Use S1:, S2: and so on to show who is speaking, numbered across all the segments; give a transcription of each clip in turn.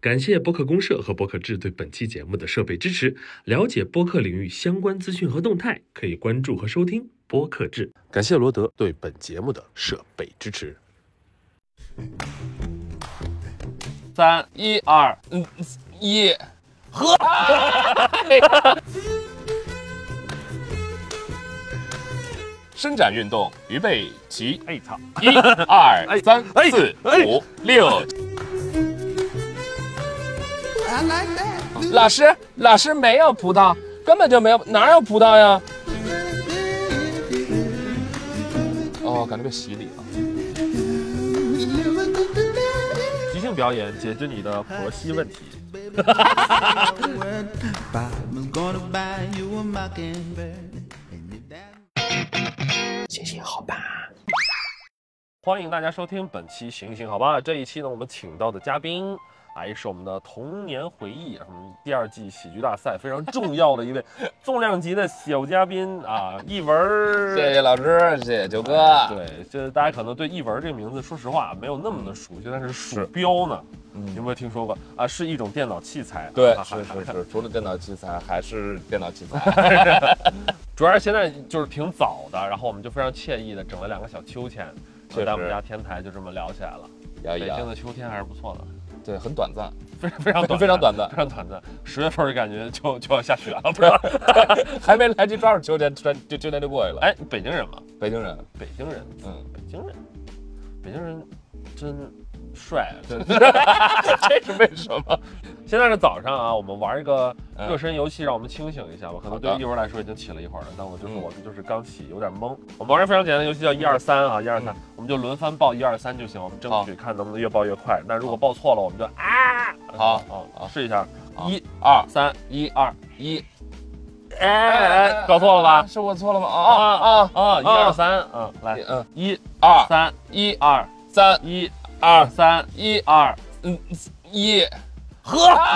S1: 感谢播客公社和播客志对本期节目的设备支持。了解播客领域相关资讯和动态，可以关注和收听播客志。感谢罗德对本节目的设备支持。
S2: 三一二，嗯一，喝。伸展运动，预备起！
S3: 哎操！
S2: 一、二、三、四、五、六。老师，老师没有葡萄，根本就没有，哪有葡萄呀？哦，感觉被洗礼了。
S3: 即兴表演解决你的婆媳问题。
S4: I'm gonna buy you a mockingbird. And if that
S3: 欢迎大家收听本期《行行好吧》。这一期呢，我们请到的嘉宾啊，也是我们的童年回忆，嗯，第二季喜剧大赛非常重要的一位 重量级的小嘉宾啊，一文儿。
S2: 谢谢老师，谢谢九哥。
S3: 对，哎就是大家可能对一文儿这个名字，说实话没有那么的熟悉，但是鼠标呢，你有没有听说过啊？是一种电脑器材。
S2: 嗯对，
S3: 哈哈
S2: 是
S3: 哈
S2: 是是，除了电脑器材还是电脑 器材。
S3: 主要是现在就是挺早的，然后我们就非常惬意的整了两个小秋千，
S2: 实哎
S3: 就在我们家天台就这么聊起来了。
S2: 摇一
S3: 北京
S2: 摇，
S3: 的秋天还是不错的。
S2: 对，很短暂，
S3: 非常非常短，
S2: 非常短暂
S3: 非常短暂。十月份就感觉就就要下雪了，不知道。
S2: 还没来及抓住秋天，秋天秋天就过去了。哎，
S3: 哎，北京人嘛，
S2: 北京人，
S3: 北京人，
S2: 嗯，
S3: 北京人，北京人真帅、啊，真的。
S2: 这是为什么？
S3: 现在是早上啊，我们玩一个
S2: 嗯
S3: 热身游戏，让我们清醒一下吧。可能对
S2: 好的
S3: 一文来说已经起了一会儿了，但我就是
S2: 嗯
S3: 我们就是刚起，有点懵。我们玩一个非常简单的游戏，叫一二三啊，一二
S2: 嗯
S3: 三，我们就轮番报一二三就行，我们争取看能不能越报越快。那如果报错了，我们就啊，
S2: 好
S3: 啊
S2: 好
S3: 试一下，
S2: 好
S3: 一
S2: 二
S3: 三一二，
S2: 一，
S3: 哎哎，搞错了吧？
S2: 是我错了吗？
S3: 啊
S2: 啊
S3: 啊啊！一
S2: 啊
S3: 二三，嗯，
S2: 啊！
S3: 来，
S2: 嗯，
S3: 一
S2: 二
S3: 三一二
S2: 三
S3: 一
S2: 二
S3: 三一二，
S2: 嗯一，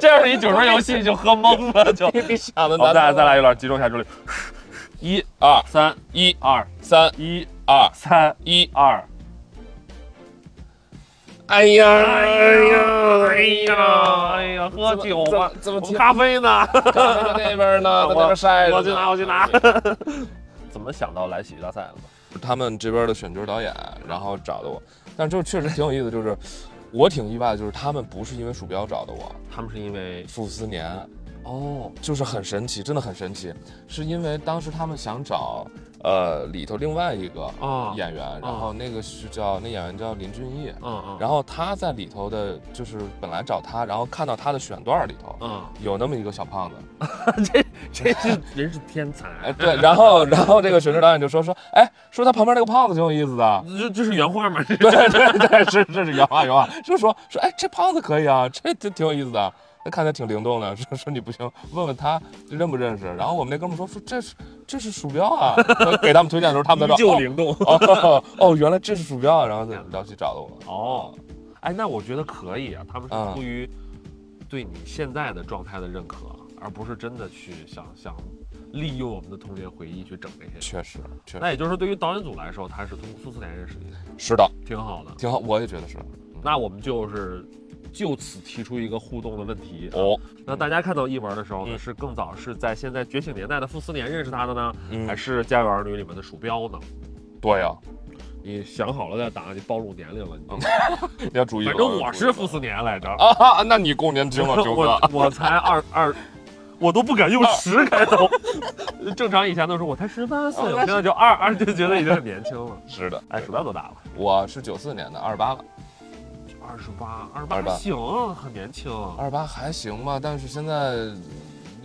S3: 这要是一九分游戏就喝懵了， 就。
S2: 你想的
S3: 好，
S2: 难
S3: 再来再来，有点集中一下注意力。一
S2: 二
S3: 三一二
S2: 三
S3: 一
S2: 二
S3: 三
S2: 一，
S3: 二，
S2: 哎呀哎呀
S3: 哎呀哎呀，喝酒吧，
S2: 怎
S3: 我
S2: 么听
S3: 们咖啡呢？
S2: 在那边呢，在那边晒着。
S3: 我去拿，我去 拿。 怎么想到来喜剧大赛了呢？
S2: 他们这边的选角导演，然后找的我，但就是确实挺有意思，就是我挺意外的，就是他们不是因为鼠标找的我，
S3: 他们是因为
S2: 傅斯年
S3: 哦，
S2: 就是很神奇，真的很神奇，是因为当时他们想找呃里头另外一个
S3: 啊
S2: 演员，然后那个是叫那演员叫林俊逸，
S3: 嗯嗯，
S2: 然后他在里头的，就是本来找他，然后看到他的选段里头。
S3: 嗯，
S2: 有那么一个小胖子，
S3: 这是人是天 才
S2: 哎，，对，然后， 然后这个选角导演就说说，哎，说他旁边那个胖子挺有意思的，
S3: 这这是原话吗？
S2: 对对对，是是是原
S3: 啊
S2: 话原话，就 说说哎，这胖子可以啊，这这挺有意思的，那看起来挺灵动的， 说说你不行，问问他认不认识。然后我们那哥们说说这是这是鼠标啊，给他们推荐的时候，他们才
S3: 依
S2: 知道
S3: 旧 灵动。
S2: 哦哦哦，原来这是鼠标啊，然后就聊起找的我。
S3: 哦，哎，那我觉得可以啊，他们
S2: 嗯
S3: 是出于对你现在的状态的认可，而不是真的去想想利用我们的童年回忆去整这些。
S2: 确实，确实
S3: 那也就是说，对于导演组来说，他是通过苏四年认识你的，
S2: 是的，
S3: 挺好的。
S2: 挺好，我也觉得是。
S3: 那我们就是就此提出一个互动的问题。
S2: 哦，
S3: 那大家看到一文的时候呢，
S2: 嗯
S3: 是更早是在现在觉醒年代的傅斯年认识他的呢，
S2: 嗯
S3: 还是《家有儿女》里面的鼠标呢？
S2: 对啊呀、
S3: 你想好了在档案里暴露年龄了，你就
S2: 你要注意了。
S3: 反正我是傅斯年来着。
S2: 啊，那你够年 轻了，九哥
S3: 我。我才二二，我都不敢用十开头。 正常以前都说我才十八岁，我现在就二二就觉得已经很年轻 了。
S2: 是的，
S3: 哎，鼠标多大了？
S2: 我是九四年的，二十八了。
S3: 二十八，二十
S2: 28
S3: 八行，很年轻。
S2: 二十八还行吧，但是现在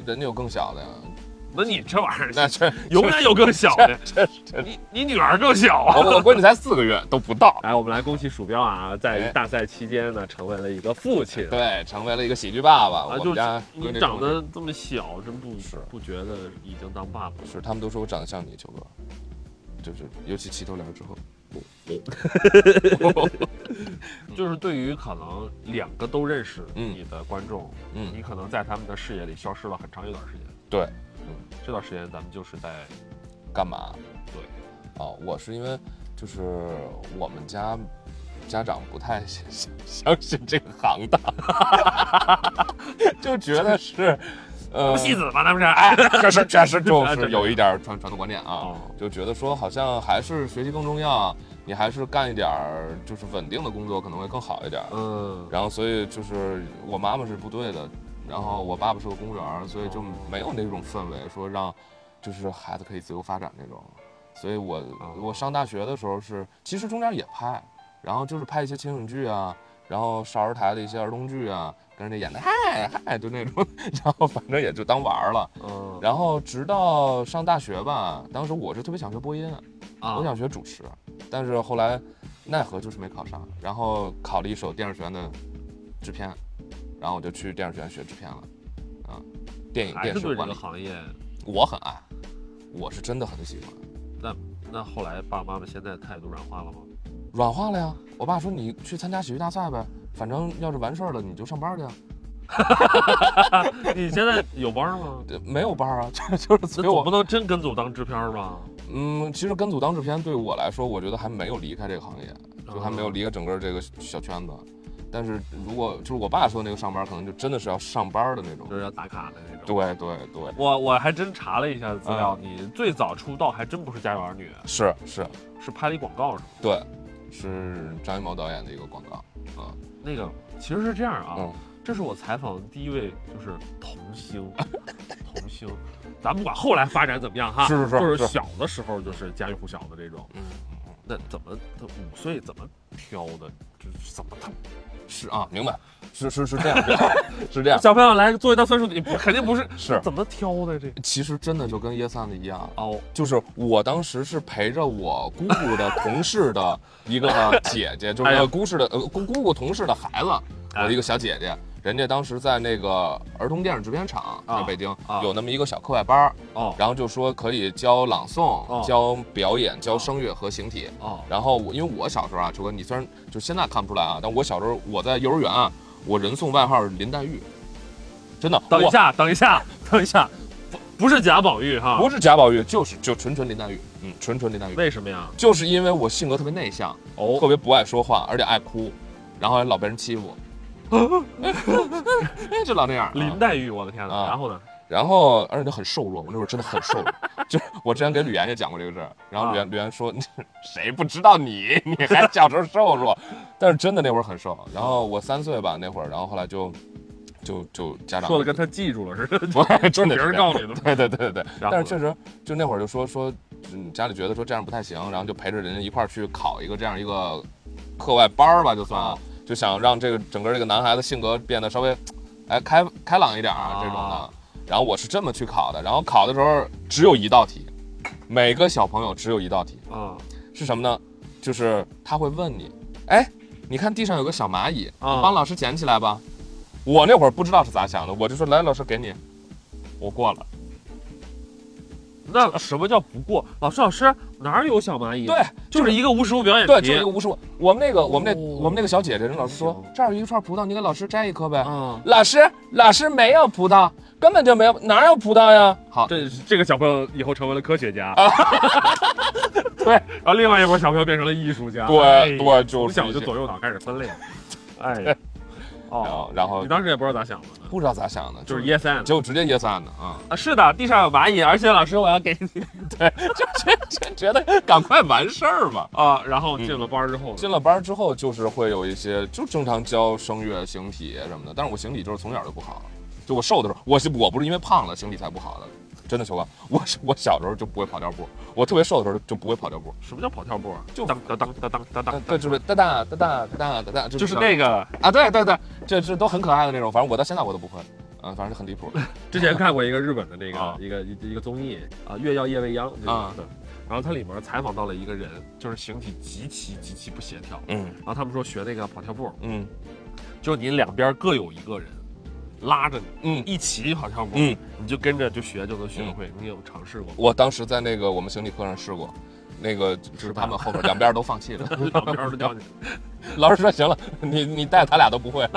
S2: 人家有更小的呀。
S3: 那你这玩意儿
S2: 那确
S3: 永远有更小的，
S2: 这
S3: 你你女儿更小啊。
S2: 我我闺女才四个月都不到，
S3: 来，我们来恭喜鼠标啊，在
S2: 哎
S3: 大赛期间呢，成为了一个父亲。
S2: 对，成为了一个喜剧爸爸。
S3: 啊，
S2: 我
S3: 就
S2: 们家
S3: 是
S2: 闺
S3: 你
S2: 女
S3: 长
S2: 同
S3: 得这么小，真不
S2: 是
S3: 不觉得已经当爸爸了。
S2: 志是，他们都说我长得像你，球哥，就是尤其齐头帘之后，
S3: 就是对于可能两个都认识
S2: 嗯
S3: 你的观众，
S2: 嗯
S3: 你可能在他们的视野里消失了很长一段时间。
S2: 对，
S3: 嗯，这段时间咱们就是在
S2: 干嘛？
S3: 对，
S2: 哦，我是因为就是我们家家长不太 相信相信这个行当， 就觉得是，呃，
S3: 戏子嘛，那不是？啊
S2: 哎
S3: 哎，，
S2: 确实确实 就
S3: 真的
S2: 是有一点儿传传统观念啊
S3: 哦，
S2: 就觉得说好像还是学习更重要，你还是干一点儿就是稳定的工作可能会更好一点儿。
S3: 嗯，
S2: 然后所以就是我妈妈是部队的，然后我爸爸是个公务员儿，所以
S3: 哦
S2: 就没有那种氛围说让就是孩子可以自由发展那种。所以我
S3: 啊
S2: 我上大学的时候是，其实中间也拍，然后就是拍一些情景剧啊，然后少儿台的一些儿童剧啊，跟人家演的嗨嗨就那种， 然后反正也就当玩儿了。
S3: 嗯
S2: 然后直到上大学吧，当时我是特别想学播音，
S3: 啊
S2: 我想学主持，但是后来奈何就是没考上，然后考了一手电影学院的制片，然后我就去电影学院学制片了，啊，电影
S3: 还
S2: 电
S3: 是
S2: 视
S3: 对这
S2: 管理
S3: 个，行业。
S2: 我很爱，我是真的很喜欢，
S3: 那后来爸爸妈妈现在态度软化了吗？
S2: 软化了呀。我爸说你去参加喜剧大赛呗，反正要是完事儿了你就上班去啊，
S3: 你现在有班吗？
S2: 呃没有班儿啊， 就就是
S3: 那
S2: 所以
S3: 总
S2: 我
S3: 不能真跟组当制片儿吧？
S2: 嗯，其实跟组当制片对我来说，我觉得还没有离开这个行业，就还没
S3: 啊
S2: 有离开整个这个小圈子。但是如果就是我爸说那个上班，可能就真的是要上班的那种
S3: 就。是要打卡的那种。
S2: 对对对，
S3: 我我还真查了一下资料，
S2: 啊
S3: 你最早出道还真不是《家有儿女
S2: 是是，》，
S3: 是拍了一广告是吗？
S2: 对，是张艺谋导演的一个广告。
S3: 那个其实是这样啊，
S2: 嗯
S3: 这是我采访的第一位就是童星，童星，咱不管后来发展怎么样哈，
S2: 是是是
S3: 就是
S2: 是
S3: 小的时候就是家喻户晓的这种，
S2: 嗯，
S3: 那怎么他五岁怎么挑的？这是怎么他
S2: 是啊，明白，是是是这样， 是这样。
S3: 小朋友来做一道算术题，不 肯定不是
S2: 是
S3: 怎么挑的这
S2: 其实真的就跟耶诞的一样，
S3: 哦，
S2: 就是我当时是陪着我姑姑的同事的一 个姐姐，就是
S3: 哎呀
S2: 呃姑事的呃姑姑姑同事的孩子，我的一个小姐姐。人家当时在那个儿童电影制片厂，
S3: 啊
S2: 在北京
S3: 啊
S2: 有那么一个小课外班儿，
S3: 哦
S2: 然后就说可以教朗
S3: 哦
S2: 诵、教表演、教声乐和形体。
S3: 哦
S2: 然后我因为我小时候啊，秋哥，你虽然就现在看不出来啊，但我小时候我在幼儿园啊，我人送外号是林黛玉，真的。
S3: 等一
S2: 我，
S3: 下等一 下等一下，不不是贾宝玉哈，
S2: 不是贾宝玉，就是就纯纯林黛玉，嗯，纯纯林黛玉，
S3: 为什么呀？
S2: 就是因为我性格特别内向，
S3: 哦
S2: 特别不爱说话，而且爱哭，然后还老被人欺负， 就老那样啊。
S3: 林黛玉，我的天哪！
S2: 啊
S3: 然后呢？
S2: 然后而且就很瘦弱，我那会儿真的很瘦弱， 就是我之前给吕岩也讲过这个事儿，然后吕
S3: 啊
S2: 岩吕岩说， 谁不知道你， 你还小时候瘦弱，但是真的那会儿很瘦，然后我三岁吧那会儿，然后后来就就就家长
S3: 说的跟他记住了似的，
S2: 不是 真的
S3: 别人
S2: 是这
S3: 告
S2: 样
S3: 诉你的。
S2: 对对对对对，
S3: 然后呢
S2: 但是确实就那会儿就说说，嗯，家里觉得说这样不太行，然后就陪着人家一块儿去考一个这样一个课外班儿吧，就算
S3: 啊
S2: 啊，就想让这个整个这个男孩子性格变得稍微，哎，开开朗一点
S3: 啊
S2: 啊这种的。然后我是这么去考的，然后考的时候只有一道题，每个小朋友只有一道题
S3: 啊
S2: 是什么呢？就是他会问你，哎，你看地上有个小蚂蚁，
S3: 啊
S2: 帮老师捡起来吧。我那会儿不知道是咋想的，我就说来，老师给你，我过了。
S3: 那什么叫不过？老师，老师，哪儿有小蚂蚁？啊
S2: 对，
S3: 就是一个无实物表演
S2: 对，
S3: 题。
S2: 就是一个巫术。我们那个，我们那，
S3: 哦
S2: 我们那个小姐姐，人老师说
S3: 行
S2: 这儿有一串葡萄，你给老师摘一颗呗。
S3: 啊，
S2: 老师，老师没有葡萄，根本就没有，哪有葡萄呀？好，
S3: 这这个小朋友以后成为了科学家，
S2: 啊 对
S3: 然后另外一波小朋友变成了艺术家。哎
S2: 对
S3: 呀
S2: 对，就
S3: 从
S2: 是
S3: 小就
S2: 这
S3: 左右脑开始分裂。哎呀，
S2: 然
S3: 哦
S2: 后，然后
S3: 你当时也不知道咋想的，
S2: 不知道咋想的，
S3: 就是 yes and
S2: 结果直接噎散的啊，
S3: 啊，是的，地上有蚂蚁，而且老师我要给你
S2: 就觉得赶快完事儿吧。
S3: 啊。然后
S2: 嗯
S3: 进了班儿之后呢，
S2: 进了班儿之后，就是会有一些就正常教声乐、形体什么的，但是我形体就是从小就不好，就我瘦的时候，我是我不是因为胖了形体才不好的，真的球哥，我是我小时候就不会跑调步，我特别瘦的时候就不会跑调步，
S3: 什么叫跑跳步啊？
S2: 就
S3: 当当当当当当当，
S2: 对，就是哒哒哒哒哒哒哒，
S3: 就是那个
S2: 啊，对对对，这这都很可爱的那种，反正我到现在我都不会，啊，反正很离谱，
S3: 之前看过一个日本的那个、
S2: 啊
S3: 一个一一个综艺啊，《月曜夜未央》对吧
S2: 啊？
S3: 对。然后它里面采访到了一个人，就是形体极其极其不协调。
S2: 嗯
S3: 然后他们说学那个跑跳步，
S2: 嗯
S3: 就是你两边各有一个人拉着你
S2: 嗯，
S3: 一起跑跳步，
S2: 嗯
S3: 你就跟着就学就能学会。你有尝试过吗？
S2: 我当时在那个我们形体课上试过。那个就是他们后边两边都放弃了，
S3: 两边都掉进去，
S2: 老师说行了，你你带他俩都不会，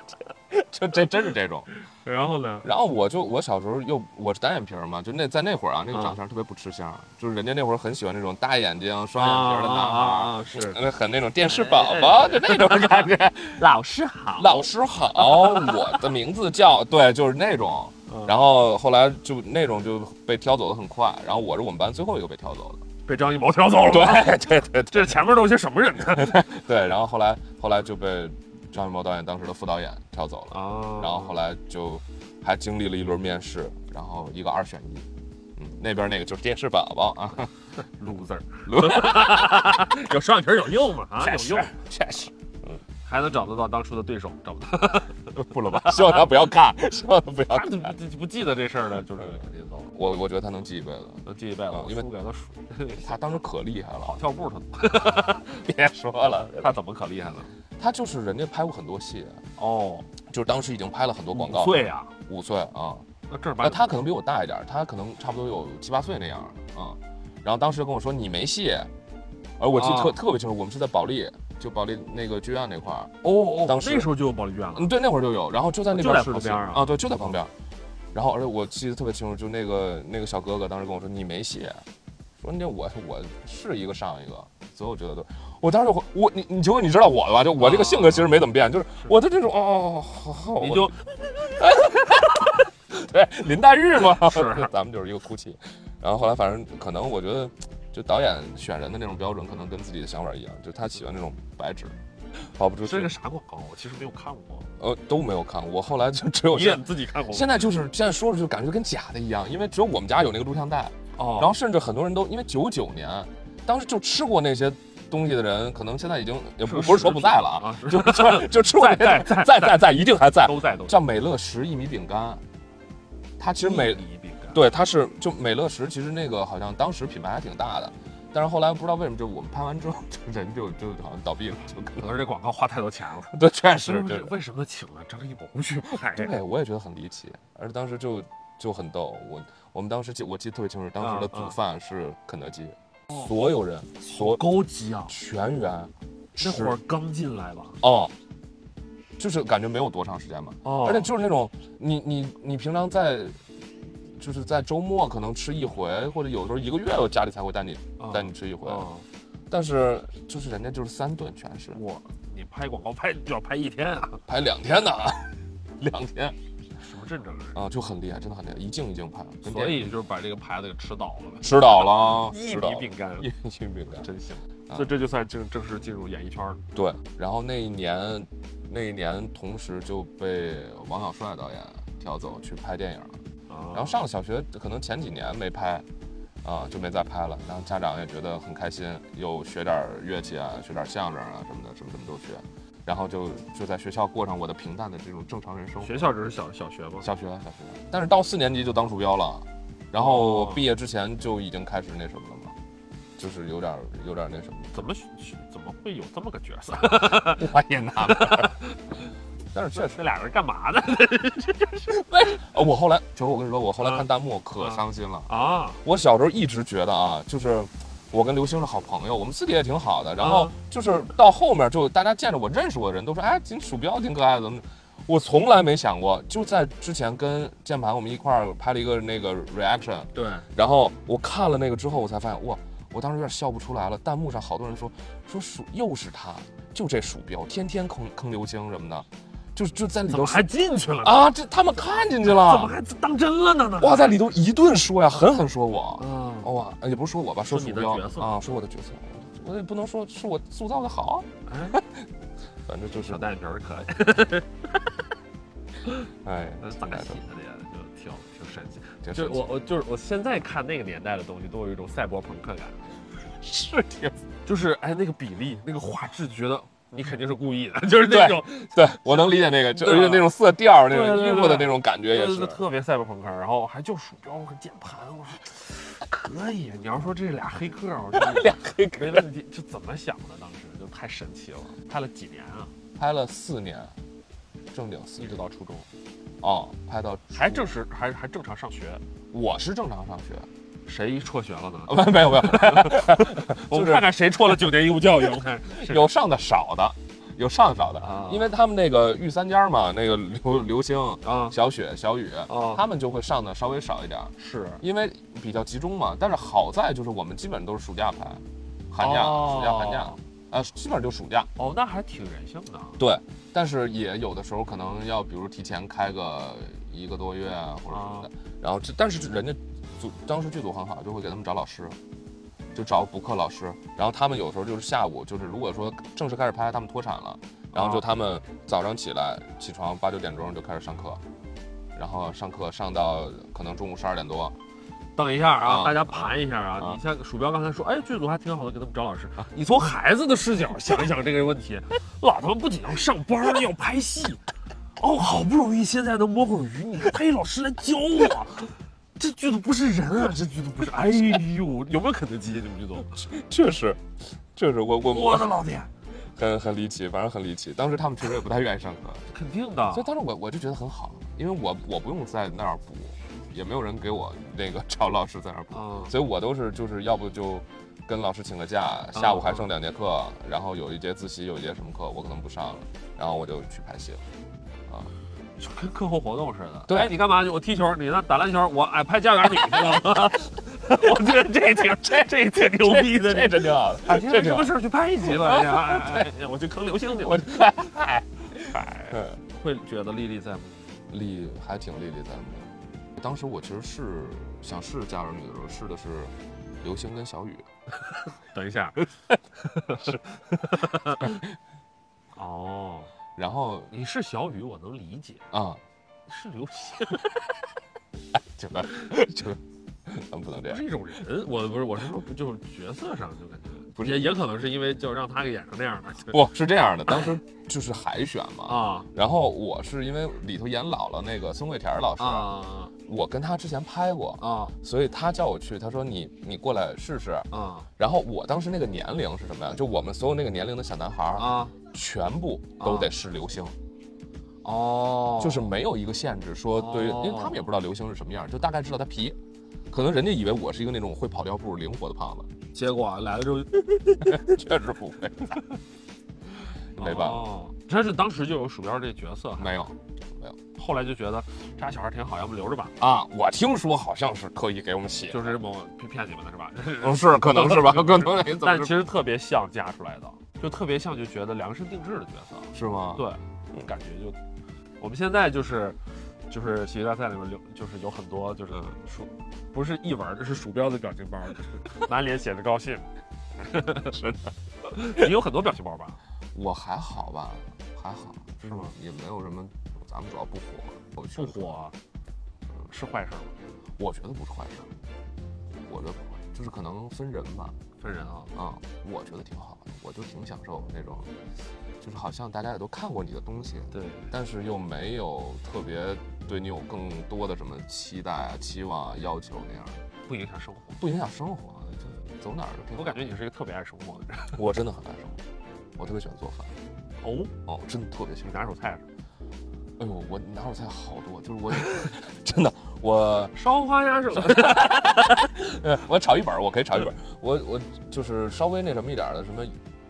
S2: 就这真是这种。
S3: 然后呢？
S2: 然后我就我小时候又我是单眼皮儿嘛，就那在那会儿啊，
S3: 嗯
S2: 那个长相特别不吃香，啊就是人家那会儿很喜欢那种大眼睛、双眼皮儿的男孩儿，
S3: 啊，哎是
S2: 那很那种电视宝宝，就那种感觉。
S3: 老师好，
S2: 老师好，我的名字叫对，就是那种。
S3: 嗯
S2: 然后后来就那种就被挑走的很快，然后我是我们班最后一个被挑走的。
S3: 被张艺谋挑走了。，
S2: 对对对
S3: 这前面都是些什么人呢？
S2: 对，然后后来后来就被张艺谋导演当时的副导演挑走了。
S3: 啊
S2: 然后后来就还经历了一轮面试，然后一个二选一，嗯，那边那个就是电视宝宝啊，
S3: loser，
S2: 有
S3: 有双眼皮儿有用吗？啊，有用，，
S2: 确实，
S3: 还能找得到当初的对手，找不到，
S2: 不了吧？希望他不要看，希望他不要
S3: 他
S2: 看。
S3: 不不不记得这事儿了，就是肯定走了，
S2: 我我觉得他能记一辈子，
S3: 都记一辈子
S2: 啊，因为
S3: 输给他数，
S2: 他当时可厉害
S3: 跑
S2: 了，
S3: 跳步他
S2: 别说了，
S3: 他怎么可厉害了？
S2: 他就是人家拍过很多戏，
S3: 哦，
S2: 就是当时已经拍了很多广告，
S3: 岁啊，
S2: 五岁啊，
S3: 那正儿八
S2: 那
S3: 经
S2: 他可能比我大一点儿，他可能差不多有七八岁那样儿，嗯。然后当时跟我说你没戏，而我记得特、
S3: 啊
S2: 特别清楚，我们是在保利，就保利那个剧院那块儿，
S3: 哦哦，
S2: 当时
S3: 那时候就有保利剧院了
S2: 嗯，对，那会儿就有，然后就在那
S3: 就
S2: 边
S3: 在
S2: 试的
S3: 旁
S2: 戏
S3: 边啊
S2: 啊，对，就在旁边。然后而且我记得特别清楚，就那个那个小哥哥当时跟我说你没戏，说那我我是一个上一个，所以我觉得都，我当时我我你你就你知道我的吧，就我这个性格其实没怎么变，就是我的这种哦哦哦好，好
S3: 你
S2: 我
S3: 就
S2: 对，林黛玉嘛，
S3: 是啊
S2: 咱们 就是一个哭泣。然后后来反正可能我觉得，就导演选人的那种标准，可能跟自己的想法一样，就他喜欢那种白纸，跑不出
S3: 这
S2: 去
S3: 个。啥广告？我其实没有看过，
S2: 呃，都没有看过，我后来就只有
S3: 你
S2: 现
S3: 也自己看过吗？
S2: 现在就是现在说着就感觉跟假的一样，因为只有我们家有那个录像带，
S3: 哦，
S2: 然后甚至很多人都因为九九年，当时就吃过那些。东西的人可能现在已经也不不是说不在了啊，
S3: 啊，是
S2: 就 就就吃过那些
S3: 在在
S2: 在在在一定还在，
S3: 都在都在。
S2: 叫美乐时薏米饼干，它其实美
S3: 一饼干，
S2: 对，它是就美乐时，其实那个好像当时品牌还挺大的，但是后来不知道为什么，就我们拍完之后， 就人就就好像倒闭了，就可
S3: 可能是这广告花太多钱了。
S2: 能对，确实
S3: 为
S2: 对，
S3: 为什么请了张艺谋去拍？
S2: 对，我也觉得很离奇，而且当时就就很逗，我我们当时记我记得特别清楚，当时
S3: 嗯
S2: 的
S3: 哦
S2: 主
S3: 嗯
S2: 饭是肯德基，所有人
S3: 好
S2: 所
S3: 高级啊！
S2: 全员
S3: 那
S2: 吃
S3: 会儿刚进来吧？
S2: 哦，就是感觉没有多长时间吧，
S3: 哦
S2: 而且就是那种你你你平常在。就是在周末可能吃一回，或者有时候一个月，我家里才会带你带你吃一回。
S3: 哦，
S2: 但是就是人家就是三顿全是
S3: 我你拍广告拍要拍一天啊，
S2: 拍两天呢， 两天
S3: 什么阵仗啊？
S2: 啊就很厉害，真的很厉害，一镜一镜拍，跟
S3: 所
S2: 电影
S3: 以就是把这个牌子给吃倒了呗。
S2: 吃倒了，
S3: 哦一
S2: 吃倒
S3: 米
S2: 了
S3: 饼干，
S2: 一一米饼干，
S3: 真行，
S2: 啊
S3: 所以这就算正正式进入演艺圈了。
S2: 对。然后那一年，那一年同时就被王小帅导演挑走去拍电影了。
S3: 啊
S2: 然后上了小学，可能前几年没拍。啊、就没再拍了。然后家长也觉得很开心，又学点儿乐器啊，学点儿相声啊什么的，什么什么都学。然后就就在学校过上我的平淡的这种正常人生活。
S3: 学校只是小小学吗？
S2: 小学，小学，但是到四年级就当鼠标了，然后
S3: 哦
S2: 毕业之前就已经开始那什么了嘛，就是有点儿有点儿那什么，
S3: 怎么学怎么会有这么个角 色？
S2: 我也纳闷儿。呃 但是确实，
S3: 这俩人干嘛呢？
S2: 呃我后来就是我跟你说，我后来
S3: 啊
S2: 看弹幕可
S3: 啊
S2: 伤心了。
S3: 啊，
S2: 我小时候一直觉得啊，就是我跟刘星是好朋友，我们私底下也挺好的。然后
S3: 啊
S2: 就是到后面就大家见着我认识我的人都说，哎，挺鼠标挺可爱的，怎么？我从来没想过，就在之前跟键盘我们一块儿拍了一个那个 reaction，
S3: 对，
S2: 然后我看了那个之后，我才发现哇，我当时有点笑不出来了。弹幕上好多人说说鼠又是他，就这鼠标天天坑坑刘星什么的，就就在里
S3: 怎
S2: 头
S3: 么还进去了呢？
S2: 啊，这他们看进去
S3: 怎么
S2: 了，
S3: 还当真了呢呢？
S2: 哇，在里头一顿说呀，狠狠说我，哦
S3: 啊，
S2: 哇，呃也不是说我吧，说
S3: 说
S2: 鼠
S3: 你的
S2: 标
S3: 角色
S2: 啊，说我的角色，我也不能说是我塑造的好，
S3: 哎
S2: 反正就是
S3: 小单眼皮儿 可以，
S2: 哎，
S3: 那
S2: 挺
S3: 大
S2: 难
S3: 喜
S2: 受
S3: 的这个就挺挺神奇。就
S2: 挺
S3: 是
S2: 神奇
S3: 呃我我就是我现在看那个年代的东西，都有一种赛博朋 克感，
S2: 是挺
S3: 就是哎那个比例那个画质，就觉得你肯定是故意的， 就是那种
S2: 对，我能理解那个，就
S3: 对
S2: 是那种色调、那
S3: 对
S2: 种
S3: 对
S2: 衣
S3: 对
S2: 服的那种感觉也
S3: 就是
S2: 是，
S3: 特别赛博朋克，然后还就鼠标和键盘，我说可以。你要说这是俩黑客，我说 俩黑客没问题，就怎么想的？当时就太神奇了，拍了几年啊，
S2: 拍了四年，正经四
S3: 一
S2: 年
S3: 直到初中，
S2: 哦，拍到
S3: 还
S2: 初
S3: 正式还还正常上学，
S2: 我是正常上学，
S3: 谁辍学了呢？
S2: 啊没没有没有，
S3: 我们
S2: 就是
S3: 看看谁辍了九年义务教育，我们看
S2: 有上的少的，有上少的
S3: 啊，
S2: 因为他们那个御三家嘛，那个刘刘星、
S3: 啊
S2: 小雪、小雨
S3: 啊，
S2: 他们就会上的稍微少一点，
S3: 是
S2: 因为比较集中嘛。但是好在就是我们基本都是暑假排，寒假、
S3: 哦
S2: 暑假、寒假，呃，基本上就暑假。
S3: 哦，那还挺人性的。啊
S2: 对，但是也有的时候可能要，比如提前开个一个多月啊，或者什么的。然后这，但是人家组当时剧组很好，就会给他们找老师，就找补课老师。然后他们有时候就是下午，就是如果说正式开始拍，他们脱产了，然后就
S3: 啊
S2: 他们早上起来起床八九点钟就开始上课，然后上课上到可能中午十二点多。
S3: 等一下啊，
S2: 啊
S3: 大家盘一下啊！
S2: 啊
S3: 你像鼠标刚才说，哎，剧组还挺好的，给他们找老师。你从孩子的视角想一想这个问题，老他妈不仅要上班，要拍戏，哦，好不容易现在能摸会儿鱼，你还配老师来教我，这剧组不是人啊！这剧组不是，哎呦，有没有肯德基？啊你们剧组？
S2: 确实，确实，我我
S3: 我的老天，
S2: 很很离奇，反正很离奇。当时他们确实也不太愿意上课。
S3: 肯定的
S2: 所以当时我我就觉得很好，因为我我不用在那儿补，也没有人给我那个找老师在那儿补，
S3: 啊
S2: 所以我都是就是要不就跟老师请个假，下午还剩两节课，然后有一节自习，有一节什么课我可能不上了，然后我就去拍戏了。
S3: 就跟课后活动似的。
S2: 对
S3: 哎，你干嘛去？我踢球，你呢？打篮球，我哎拍家园女去了。 我觉得这挺这这挺牛逼的，
S2: 这真啊挺好
S3: 哎，
S2: 的，
S3: 今
S2: 这
S3: 天
S2: 挺
S3: 什么事儿
S2: 好的。
S3: 去拍一集了？哎呀哎哎哎我去坑流星去了。嗯会觉得历历在目。
S2: 力还挺历历在目。当时我其实是想试《家有儿女》的时候，试的是刘星跟小雨，
S3: 等一 下， 哦，
S2: 然后
S3: 你是小雨，我能理解，
S2: 啊，
S3: 是流星，
S2: 这个这个，咱们不能这
S3: 不
S2: 样
S3: 是。一种人。我不是，我是说，就是角色上就感觉，不是，也也可能是因为就让他给演成那样的。对
S2: 不是这样的，当时就是海选嘛，
S3: 啊
S2: 然后我是因为里头演姥姥那个孙桂田老师，
S3: 啊
S2: 我跟他之前拍过，
S3: 啊
S2: 所以他叫我去，他说你你过来试试。
S3: 啊
S2: 然后我当时那个年龄是什么呀？就我们所有那个年龄的小男孩儿，
S3: 啊！
S2: 全部都得是流星，
S3: 哦，
S2: 就是没有一个限制说对于，
S3: 哦
S2: 因为他们也不知道流星是什么样，就大概知道他皮。可能人家以为我是一个那种会跑调步、灵活的胖 子，
S3: 结果来了之后
S2: 确实不会，没办法，
S3: 哦但是当时就有鼠标这角色，
S2: 没有
S3: 后来就觉得这俩小孩挺好，要不留着吧，
S2: 啊。我听说好像是刻意给我们写，
S3: 就是这么骗骗你们的是吧？
S2: 嗯是可能是吧，可能是怎么
S3: 但其实特别像加出来的，就特别像就觉得量身定制的角色，
S2: 是吗？
S3: 对，感觉就我们现在就是就是喜剧大赛里面留就是有很多就是鼠不是译文，这是鼠标的表情包，就是 满脸写着高兴，是的，你有很多表情包吧？
S2: 我还好吧，还好，
S3: 是吗？
S2: 也没有什么，咱们主要不火，我觉
S3: 嗯不
S2: 得，
S3: 火啊是坏事儿吗？
S2: 我觉得不是坏事儿，我觉得不会，就是可能分人吧，
S3: 分人啊，
S2: 啊、我觉得挺好的，我就挺享受那种，就是好像大家也都看过你的东西，
S3: 对，
S2: 但是又没有特别对你有更多的什么期待啊、期望啊、要求那样的，
S3: 不影响生活。
S2: 不影响生活，就走哪儿都挺好。
S3: 我感觉你是一个特别爱生活的人。
S2: 我真的很爱生活，我特别喜欢做饭，
S3: 哦，
S2: 哦，真的特别喜
S3: 你
S2: 欢。
S3: 拿手菜是吧
S2: 哎呦，我拿手菜好多，就是我 真的我。
S3: 烧花鸭是吧？
S2: 呃，我炒一本儿，我可以炒一本儿。我我就是稍微那什么一点儿的，什么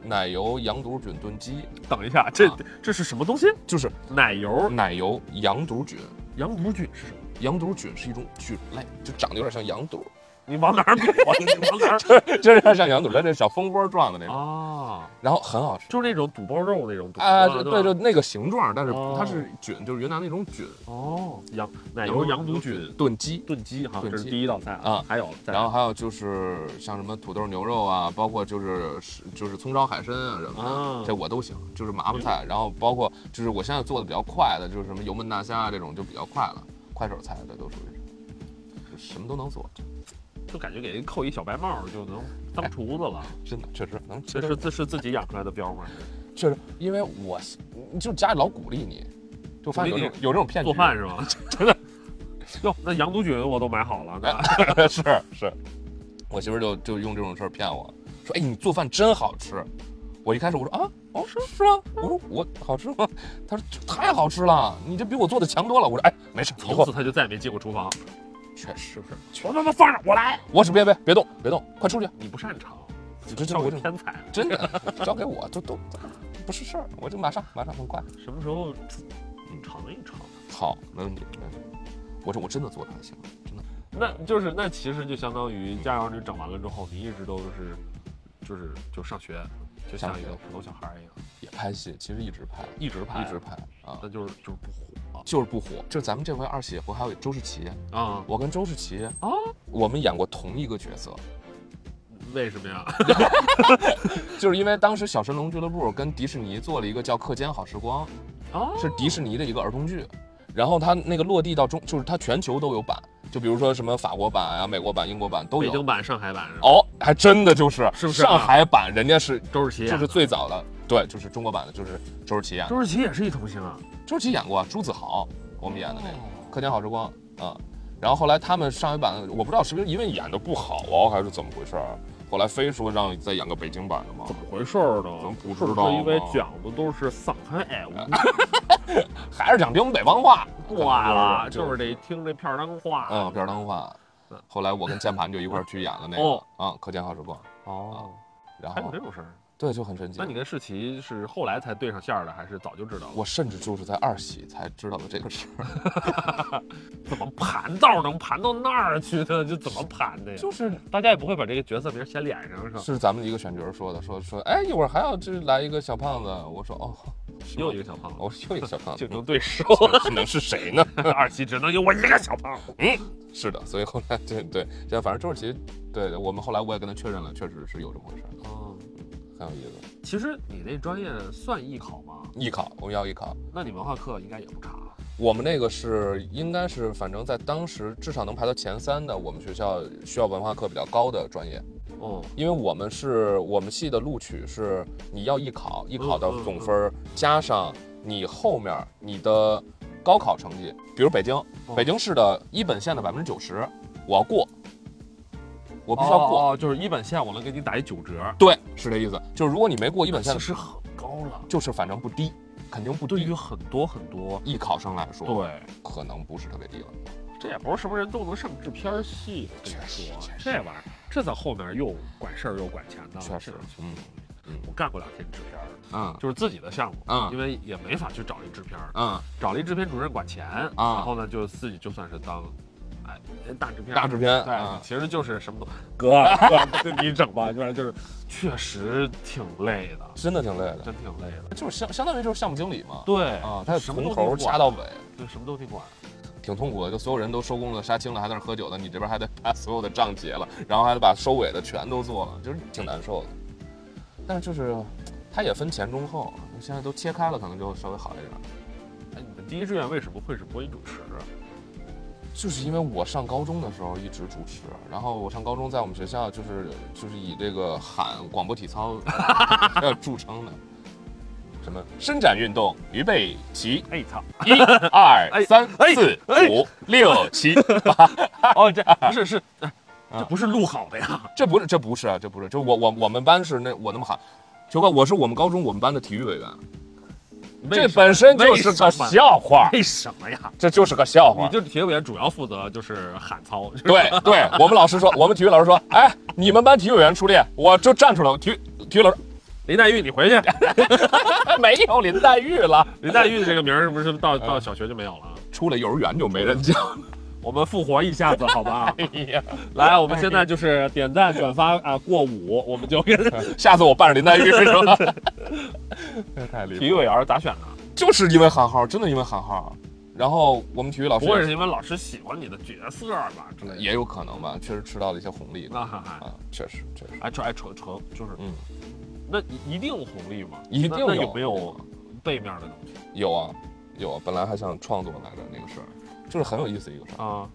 S2: 奶油羊肚菌炖鸡，
S3: 等一下，这
S2: 啊
S3: 这是什么东西？
S2: 就是
S3: 奶油
S2: 奶油羊肚菌。
S3: 羊肚菌是什么？
S2: 羊肚菌是一种菌类，就长得有点像羊肚，
S3: 你往哪儿 比划？你往哪儿？
S2: 真是有点像羊肚，它这小蜂窝状的那种，
S3: 啊，
S2: 然后很好吃。
S3: 就是那种肚包肉那种肚
S2: 啊、
S3: 吧
S2: 对，就那个形状，但是
S3: 哦
S2: 它是菌，就是云南那种菌
S3: 哦，羊奶油羊肚菌
S2: 炖鸡。
S3: 炖鸡哈，
S2: 炖
S3: 这
S2: 鸡
S3: 是第一道菜
S2: 啊
S3: 还有再来
S2: 然后还有就是像什么土豆牛肉啊，包括就是是就是葱烧海参啊什么的，
S3: 啊嗯
S2: 这我都行，就是麻烦菜。然后包括就是我现在做的比较快的，就是什么油焖大虾啊这种就比较快了，快手菜这都属于，就什么都能做，
S3: 就感觉给人扣一小白帽就能当厨子了。
S2: 真的确实能。
S3: 这 是这是自己养出来的 膘吗？
S2: 确实，因为我就是家里老鼓励你，就发现有这
S3: 鼓
S2: 种有这种骗局
S3: 做饭是 吗？真的。哟，那羊肚菌我都买好了，那
S2: 是是，我媳妇儿就就用这种事儿骗我，说哎你做饭真好吃，我一开始我说啊哦是是吗？我说我好吃吗？她说这太好吃了，你这比我做的强多了。我说哎没事，以
S3: 从
S2: 后
S3: 此他就再也没进过厨房。
S2: 确实 是，
S3: 我他妈放着我来，
S2: 我是别别别动别动，快出去，
S3: 你不擅长，
S2: 这这
S3: 交
S2: 我
S3: 给
S2: 这
S3: 天才。
S2: 真的交给我都都不是事儿，我就马上马上很快。
S3: 什么时候你尝一尝？
S2: 好，没问题，没问题。我说我真的做的还行，真的。
S3: 那就是那其实就相当于家长你长完了之后，你一直都是就是就上学，就像一个
S2: 上学
S3: 普通小孩一样，
S2: 也拍戏，其实一直拍，
S3: 一直拍
S2: 一直拍啊
S3: 那，就是就是不火
S2: 就是不火。就咱们这回二喜回还有周世奇，
S3: 啊？
S2: 我跟周世奇
S3: 哦
S2: 啊，我们演过同一个角色，
S3: 为什么呀？
S2: 就是因为当时小神龙俱乐部跟迪士尼做了一个叫《课间好时光》，
S3: 啊，
S2: 是迪士尼的一个儿童剧，然后它那个落地到中，就是它全球都有版，就比如说什么法国版啊、美国版、英国版都
S3: 北
S2: 有
S3: 京。版、上海版是吧
S2: 哦，还真的就是，
S3: 是不是啊
S2: 上海版人家是
S3: 周世奇
S2: 就
S3: 演的
S2: 是最早的，对，就是中国版的，就是周世奇演的，
S3: 周世奇也是一童星啊。
S2: 周世奇演过朱子豪，我们演的那
S3: 哦
S2: 个《课间好时光》啊、然后后来他们上一版，我不知道是不是因为演的不好啊，还是怎么回事儿，后来非说让再演个北京版的嘛，
S3: 回事儿呢
S2: 咱不知
S3: 是不
S2: 道啊
S3: 是因为
S2: 吗
S3: 讲的都是哎上海 话，
S2: 还是讲北京北方 话，
S3: 过来了，
S2: 就
S3: 就是是得听这片儿当话。
S2: 嗯，片儿当话。后来我跟键盘就一块儿去演了那
S3: 哦
S2: 个啊，课间好时光。
S3: 哦，
S2: 然
S3: 还有
S2: 后
S3: 这种事儿？
S2: 对，就很神奇
S3: 那。你跟世奇是后来才对上线儿的，还是早就知道了？
S2: 我甚至就是在二喜才知道的这个事儿，
S3: 怎么盘道能盘到那儿去呢？ 就怎么盘的呀？
S2: 就是
S3: 大家也不会把这个角色名写脸上是吧？
S2: 是咱们一个选角说的，说说哎一会儿还要这来一个小胖子，我说哦，是
S3: 又
S2: 吗
S3: 一个小胖子，
S2: 我说又一个小胖子，
S3: 竞争对手，
S2: 这能是谁呢？
S3: 二期只能有我一个小胖子。
S2: 是的，所以后来对对，现在反正周世奇，对我们后来我也跟他确认了，确实是有这么回事儿，
S3: 哦，
S2: 很有意思。
S3: 其实你那专业算艺考吗？
S2: 艺考，我们要艺考，
S3: 那你文化课应该也不差。
S2: 我们那个是应该是，反正在当时至少能排到前三的，我们学校需要文化课比较高的专业，
S3: 哦，
S2: 因为我们是我们系的录取是你要艺考，艺考的
S3: 嗯嗯
S2: 总分儿加上你后面你的高考成绩，比如北京，北京市的一本线的百分之九十，我要过，
S3: 我
S2: 我必须要过，
S3: 哦，就是一本线我能给你打一九折，
S2: 对，是这意思，就是如果你没过一本线
S3: 其，实很高了。
S2: 就是反正不低，肯定不
S3: 对
S2: 低
S3: 于。很多很多，
S2: 艺考生来说，
S3: 对，
S2: 可能不是特别低了。
S3: 这也不是什么人都能上制片系。我跟
S2: 确
S3: 你
S2: 实
S3: 说
S2: 确，实
S3: 这玩意儿，这在后面又管事儿又管钱的。
S2: 确实
S3: 这
S2: 嗯
S3: 我干过两天制片儿，
S2: 嗯
S3: 就是自己的项目，
S2: 嗯
S3: 因为也没法去找一制片儿，
S2: 嗯，
S3: 找了一制片主任管钱，
S2: 啊
S3: 然后呢就自己就算是当，哎，大制片，
S2: 大制片，
S3: 对，
S2: 嗯
S3: 其实就是 什么都 哥，哥你整吧，就是就是，确实挺累的，
S2: 真的挺累的，
S3: 真挺累的。
S2: 就是相相当于就是项目经理嘛。
S3: 对
S2: 啊，他
S3: 什么
S2: 从
S3: 都
S2: 头
S3: 得管
S2: 掐到尾，
S3: 对，什么都得管。
S2: 挺痛苦的。就所有人都收工了、杀青了，还在那儿喝酒呢，你这边还得把所有的账结了，然后还得把收尾的全都做了，就是挺难受的。但是就是，他也分前中后，啊现在都切开了，可能就稍微好一点。
S3: 哎，你的第一志愿为什么会是播音主持？啊
S2: 就是因为我上高中的时候一直主持，然后我上高中在我们学校就是就是以这个喊广播体操 要著称的，什么伸展运动，预备 起，
S3: 哎操！
S2: 一二
S3: 哎
S2: 三
S3: 哎
S2: 四
S3: 哎
S2: 五六七，
S3: 哦，这不是是，
S2: 啊
S3: 哎这不是录好的呀？
S2: 这不是这不是啊这不是，就我我我们班是那我那么喊，球哥我是我们高中我们班的体育委员，这本身就是个笑话，
S3: 为什么呀？
S2: 这就是个笑
S3: 你
S2: 话。
S3: 就是体育委员，主要负责就是喊操，就是
S2: 对对，我们老师说，我们体育老师说，哎，你们班体育委员出列，我就站出来，体育体育老师。
S3: 林黛玉，你回 去。
S2: 没有林黛玉了，
S3: 林黛玉这个名儿是不是到到小学就没有了？
S2: 出了幼儿园就没人叫。
S3: 我们复活一下子，好吧？
S2: 哎呀，
S3: 来，我们现在就是点赞、转发啊，过五，我们就 跟
S2: 下次我扮上林黛玉是 吧？太
S3: 体
S2: 厉
S3: 育
S2: 害，
S3: 委员咋选的？
S2: 就是因为喊号，真的因为喊号。然后我们体育老师
S3: 不会是因为老师喜欢你的角色吧之类的？
S2: 也有可能吧，确实吃到了一些红利
S3: 那还还
S2: 啊，确实确实，
S3: 哎，这哎纯纯就是，
S2: 嗯，
S3: 那一一定红利吗？
S2: 一定
S3: 那那
S2: 有
S3: 有没有背面的东西
S2: 有啊有啊，本来还想创作来着那个事儿，就是很有意思一个事儿。
S3: 啊？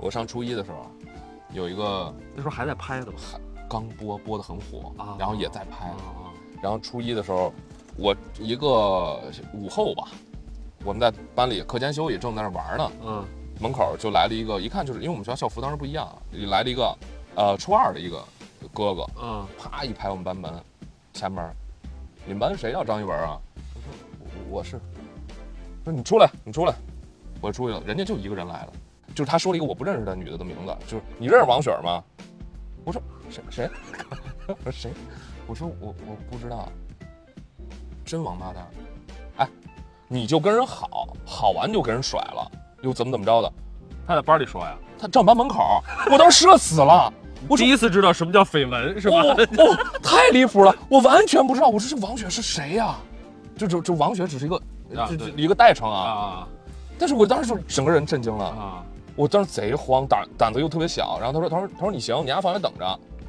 S2: 我上初一的时候，有一个
S3: 那时候还在拍呢吧？
S2: 刚播播的很火
S3: 啊，
S2: 然后也在拍，
S3: 啊，
S2: 然后初一的时候，我一个午后吧，我们在班里课间休息正在那玩呢，
S3: 嗯
S2: 门口就来了一个，一看就是因为我们学校校服当时不一样，啊来了一个，呃，初二的一个哥哥，
S3: 嗯，
S2: 啪一拍我们班门，前门，你们班谁要张一文啊？我说我我是，说你出来，你出来，我出去了，人家就一个人来了，就是他说了一个我不认识的女的的名字，就是你认识王雪吗？我 说谁谁？我说谁？我说我我不知道。真王八蛋。哎，你就跟人好，好完就给人甩了，又怎么怎么着的？
S3: 他在班里说呀，
S2: 他站我班门口，我当时社死了。我说
S3: 第一次知道什么叫绯闻是吧？
S2: 哦哦，太离谱了！我完全不知道，我说这王雪是谁呀、这这这王雪只是一个，
S3: 啊
S2: 这这
S3: 对
S2: 一个代称啊。
S3: 啊
S2: 但是我当时就整个人震惊了，
S3: 啊
S2: 我当时贼慌，胆胆子又特别小。然后他说，他说他说你行，你丫房里等着，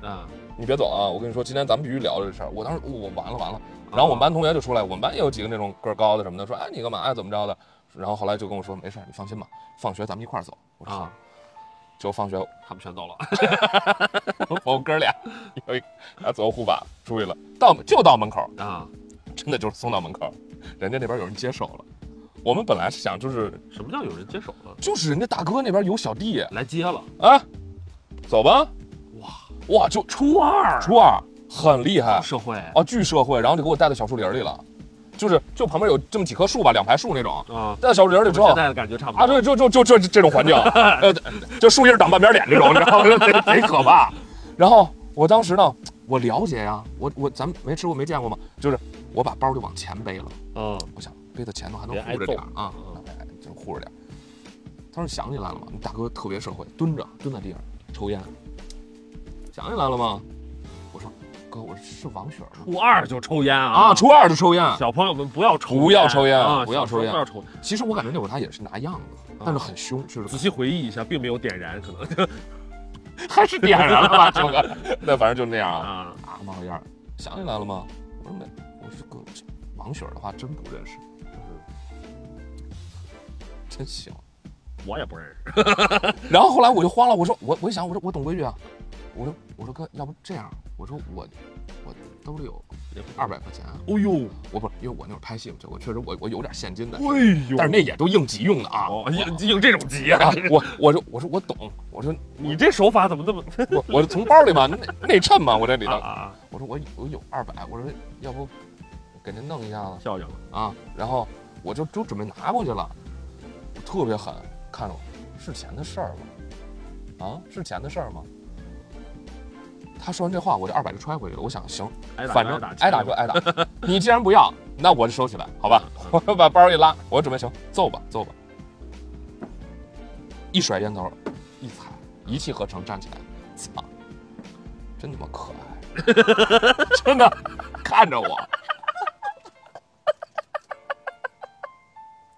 S3: 啊！
S2: 你别走啊！我跟你说，今天咱们必须聊这事儿。我当时哦我完了完了。
S3: 啊
S2: 然后我们班同学就出来，我们班也有几个那种个儿高的什么的，说哎你干嘛呀、怎么着的？然后后来就跟我说没事儿，你放心吧，放学咱们一块儿走。我说
S3: 啊，
S2: 就放学哦
S3: 他们全 走了。
S2: 我哦们哥俩有一俩左右护法出去了，到就到门口，
S3: 啊，
S2: 真的就是送到门口，人家那边有人接手了。我们本来是想就是
S3: 什么叫有人接手了？
S2: 就是人家大哥那边有小弟
S3: 来接了，
S2: 啊，走吧，哇哇就
S3: 初二
S2: 初二很厉害
S3: 社会
S2: 啊，巨社会，然后就给我带到小树林里了，就是就旁边有这么几棵树吧，两排树那种，
S3: 啊，
S2: 带到小树林里之
S3: 跟
S2: 后
S3: 现。在的感觉差不
S2: 啊，
S3: 多。
S2: 对，就就就就就这种 环境，呃，就树叶挡半边脸这种，你知道吗？ 贼贼可怕。然后我当时呢，我了解呀、我我咱们没吃过没见过嘛，就是我把包就往前背了，
S3: 嗯，
S2: 我想背到前头还能
S3: 别挨
S2: 护着点儿
S3: 揍
S2: 啊
S3: 嗯，
S2: 哎，就是护着点儿。他说想起来了吗？你大哥特别社会，蹲着蹲在地上抽烟。想起来了吗？我说哥，我是王雪吗？
S3: 初二就抽烟啊
S2: 啊，初二就抽烟。
S3: 小朋友们不要抽烟，
S2: 不要抽烟
S3: 啊，
S2: 不要抽烟
S3: 小时候不要抽。
S2: 其实我感觉那会儿他也是拿样子，但是很凶，就
S3: 仔
S2: 是
S3: 细回忆一下，并没有点燃，可能
S2: 还是点燃了吧，这个。 那反正就那样啊，
S3: 啊，
S2: 啊，冒个烟儿。想起来了吗？我说没，我说哥，这王雪的话真不认识，嗯真行。
S3: 我也不认 识。
S2: 然后后来我就慌了，我说我我一想，我说我懂规矩啊，我说我说哥，要不这样，我说我我兜里有二百块钱，啊
S3: 哦呦，
S2: 我不是因为我那会儿拍戏嘛，我确实我我有点现金的，
S3: 哎呦
S2: 但是那也都应急用的啊。
S3: 哦，应应这种急啊
S2: 啊！我我说我说我懂，我说
S3: 你这手法怎么这么
S2: 我我从包里嘛内内衬嘛，我这里头，
S3: 啊？
S2: 我说我有我有二百，我说要不给您弄一下子
S3: 笑应了，
S2: 啊，然后我就就准备拿过去了，我特别狠，看着我是钱的事儿吗？啊，是钱的事儿吗？他说完这话，我这二百就揣回去了。我想，行，
S3: 挨打
S2: 反正
S3: 打
S2: 挨打就挨打。 你既然不要，那我就收起来，好 吧？我把包一拉，我准备行，揍吧，揍吧。一甩烟头，一踩，一气呵成站起来，操，真他妈可爱， 真的看着我，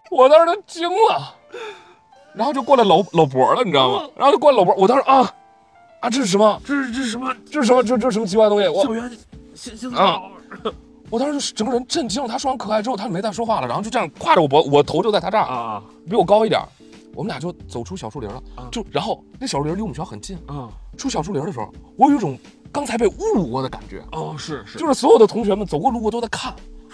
S2: 我当时都惊了，然后就过来搂搂脖了，你知道吗？然后就过来搂脖，我当时啊啊，哦这是什么？
S3: 这是这是什么？
S2: 这是什么？这这是什么奇怪的东西？我
S3: 校园性性
S2: 啊
S3: 骚扰
S2: 我当时就是整个人震惊了，他说完可爱之后，他没再说话了，然后就这样挎着我脖，我头就在他这儿，
S3: 啊
S2: 比我高一点儿，我们俩就走出小树林了
S3: 啊。
S2: 就然后那小树林离我们学校很近，
S3: 啊！
S2: 出小树林的时候，我有一种刚才被侮辱过的感觉，
S3: 哦，是是，
S2: 就是所有的同学们走过路过都在看，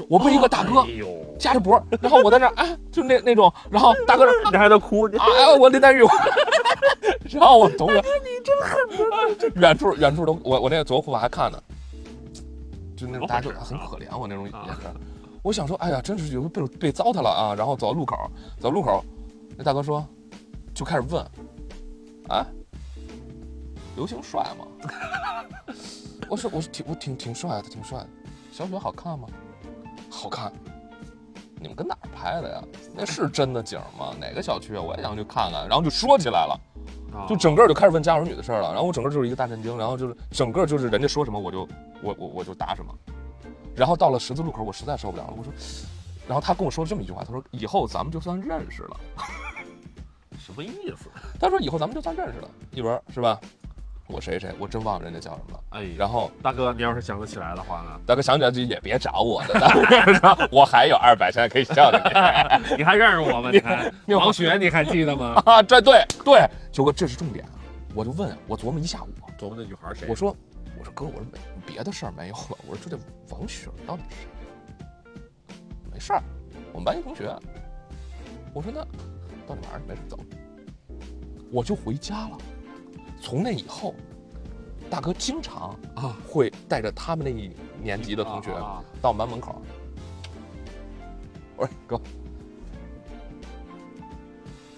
S2: 我被一个大哥
S3: 哎呦，
S2: 夹着脖，然后我在那儿哎，就那那种，然后大哥说
S3: 你还在哭？
S2: 啊，哎我林黛玉，我然后我同学，你真狠！远处远处都，我我那个左护法还看呢，就那种大
S3: 哦
S2: 家就很可怜我那种眼神。我想说，哎呀，真是有被被糟蹋了啊！然后走到路口，走到路口，那大哥说，就开始问，啊，刘星帅吗？ 我说我是挺我挺挺帅的，挺帅的。小雪好看吗？好看。你们跟哪儿拍的呀？那是真的景儿吗？哪个小区啊？我也想去看看。然后就说起来了，就整个就开始问家有儿女的事儿了。然后我整个就是一个大震惊，然后就是整个就是人家说什么我就我我我就答什么。然后到了十字路口，我实在受不了了，我说，然后他跟我说了这么一句话，他说以后咱们就算认识了。
S3: 什么意思？
S2: 他说以后咱们就算认识了，一文儿是吧？我谁谁，我真忘了人家叫什么了。
S3: 哎呀，
S2: 然后
S3: 大哥，你要是想得起来的话呢，
S2: 大哥想起来就也别找我了，大哥我还有二百，现在可以笑着你。
S3: 你还认识我吗？你还
S2: 你
S3: 王雪，你还记得吗？
S2: 啊，这对对，九哥，这是重点。啊我就问，我琢磨一下午，啊
S3: 琢磨那女孩谁
S2: 我？说，我说哥，我说没别的事儿没有了，我说就这王雪儿到底是谁？没事儿，我们班一同学。我说那到你玩儿去，没事儿走。我就回家了。从那以后，大哥经常
S3: 啊
S2: 会带着他们那一年级的同学
S3: 啊
S2: 到我们班门口儿。我说哎 哥，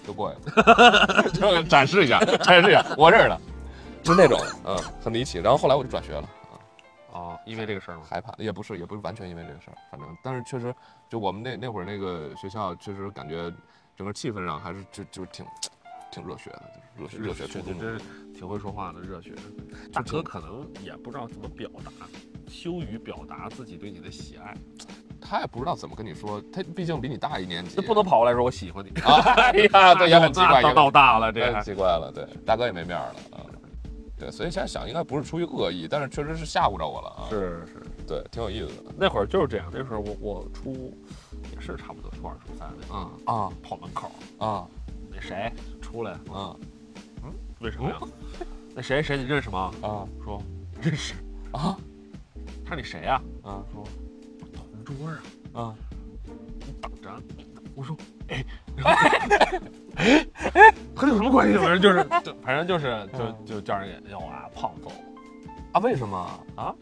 S2: 都过来了，就 展示一下，
S3: 哎
S2: 展示一下，我认识他，就那种，嗯，很离奇。然后后来我就转学了。
S3: 啊，因为这个事儿吗？
S2: 害怕，也不是，也不是完全因为这个事儿，反正，但是确实，就我们那那会儿那个学校，确实感觉整个气氛上还是就就是挺挺热血的，就是热血热血
S3: 确
S2: 冲
S3: 实
S2: 冲
S3: 真
S2: 的。
S3: 是挺会说话的热血。大哥可能也不知道怎么表达，羞于表达自己对你的喜爱，
S2: 他也不知道怎么跟你说，他毕竟比你大一年级，
S3: 这不能跑过来说我喜欢 你。哎
S2: 啊，哎呀，对，也很奇怪，也
S3: 到
S2: 很
S3: 到大了这
S2: 这
S3: 还。
S2: 奇怪了，对，大哥也没面儿了啊。对，所以现在想应该不是出于恶意，但是确实是吓唬着我了啊。
S3: 是是，
S2: 对，挺有意思的。
S3: 那会儿就是这样。那会儿我我初也是差不多初二初三的，
S2: 嗯啊
S3: 跑门口，
S2: 啊
S3: 那谁出来？
S2: 啊
S3: 为什么呀？那谁谁你认识吗？
S2: 啊
S3: 说认识。
S2: 啊
S3: 他说你谁呀？
S2: 啊
S3: 说同桌啊。
S2: 啊！
S3: 等着，我说哎， 和你有什么关系？反正就是，就反正就是，
S2: 嗯
S3: 就就叫人给要啊胖揍。
S2: 啊，为什么
S3: 啊？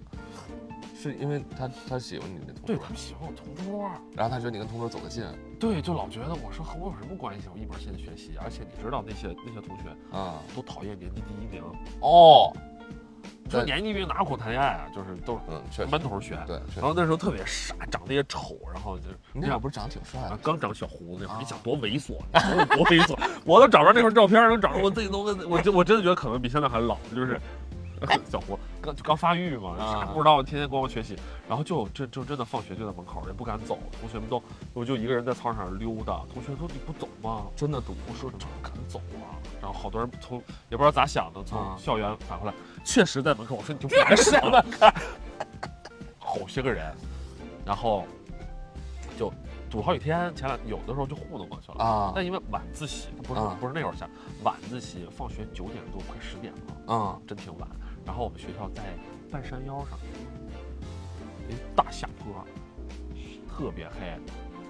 S2: 是因为他他喜欢你那同
S3: 对
S2: 桌，
S3: 他们喜欢我同桌，
S2: 然后他觉得你跟同桌走得近
S3: 对，就老觉得我说和我有什么关系？我一门心思学习，而且你知道那些那些同学
S2: 啊。
S3: 都讨厌年级第一名，
S2: 哦，
S3: 你说
S2: 对
S3: 年级第一名哪有空谈恋爱啊？就是都是
S2: 嗯，确实
S3: 闷，头学。
S2: 对，确
S3: 然
S2: 实。
S3: 后那时候特别傻，长得也丑，然后就
S2: 你那会儿不是长得挺帅的
S3: 啊
S2: 吗？
S3: 刚长小胡子那会儿，
S2: 啊
S3: 你想多猥琐，你想多猥琐，我都找不着那会儿照片，能找着我自己都问，我真我真的觉得可能比现在还老， 就是。小胡刚就刚发育嘛，啥
S2: 啊
S3: 不知道，天天光光学习，然后就真就真的放学就在门口，也不敢走，同学们都我就一个人在操场上溜达，同学说你不走吗？
S2: 真的毒
S3: 我说怎么敢走啊？然后好多人从也不知道咋想的，从
S2: 啊
S3: 校园返回来，确实在门口。我说你就 别闪了，好些个人，然后就堵好几天。前两有的时候就糊弄过去了。
S2: 啊
S3: 但因为晚自习，不是、
S2: 啊
S3: 不是那会儿下，晚自习放学九点多，快十点了，
S2: 嗯，
S3: 真挺晚。然后我们学校在半山腰上，一大下坡，特别黑。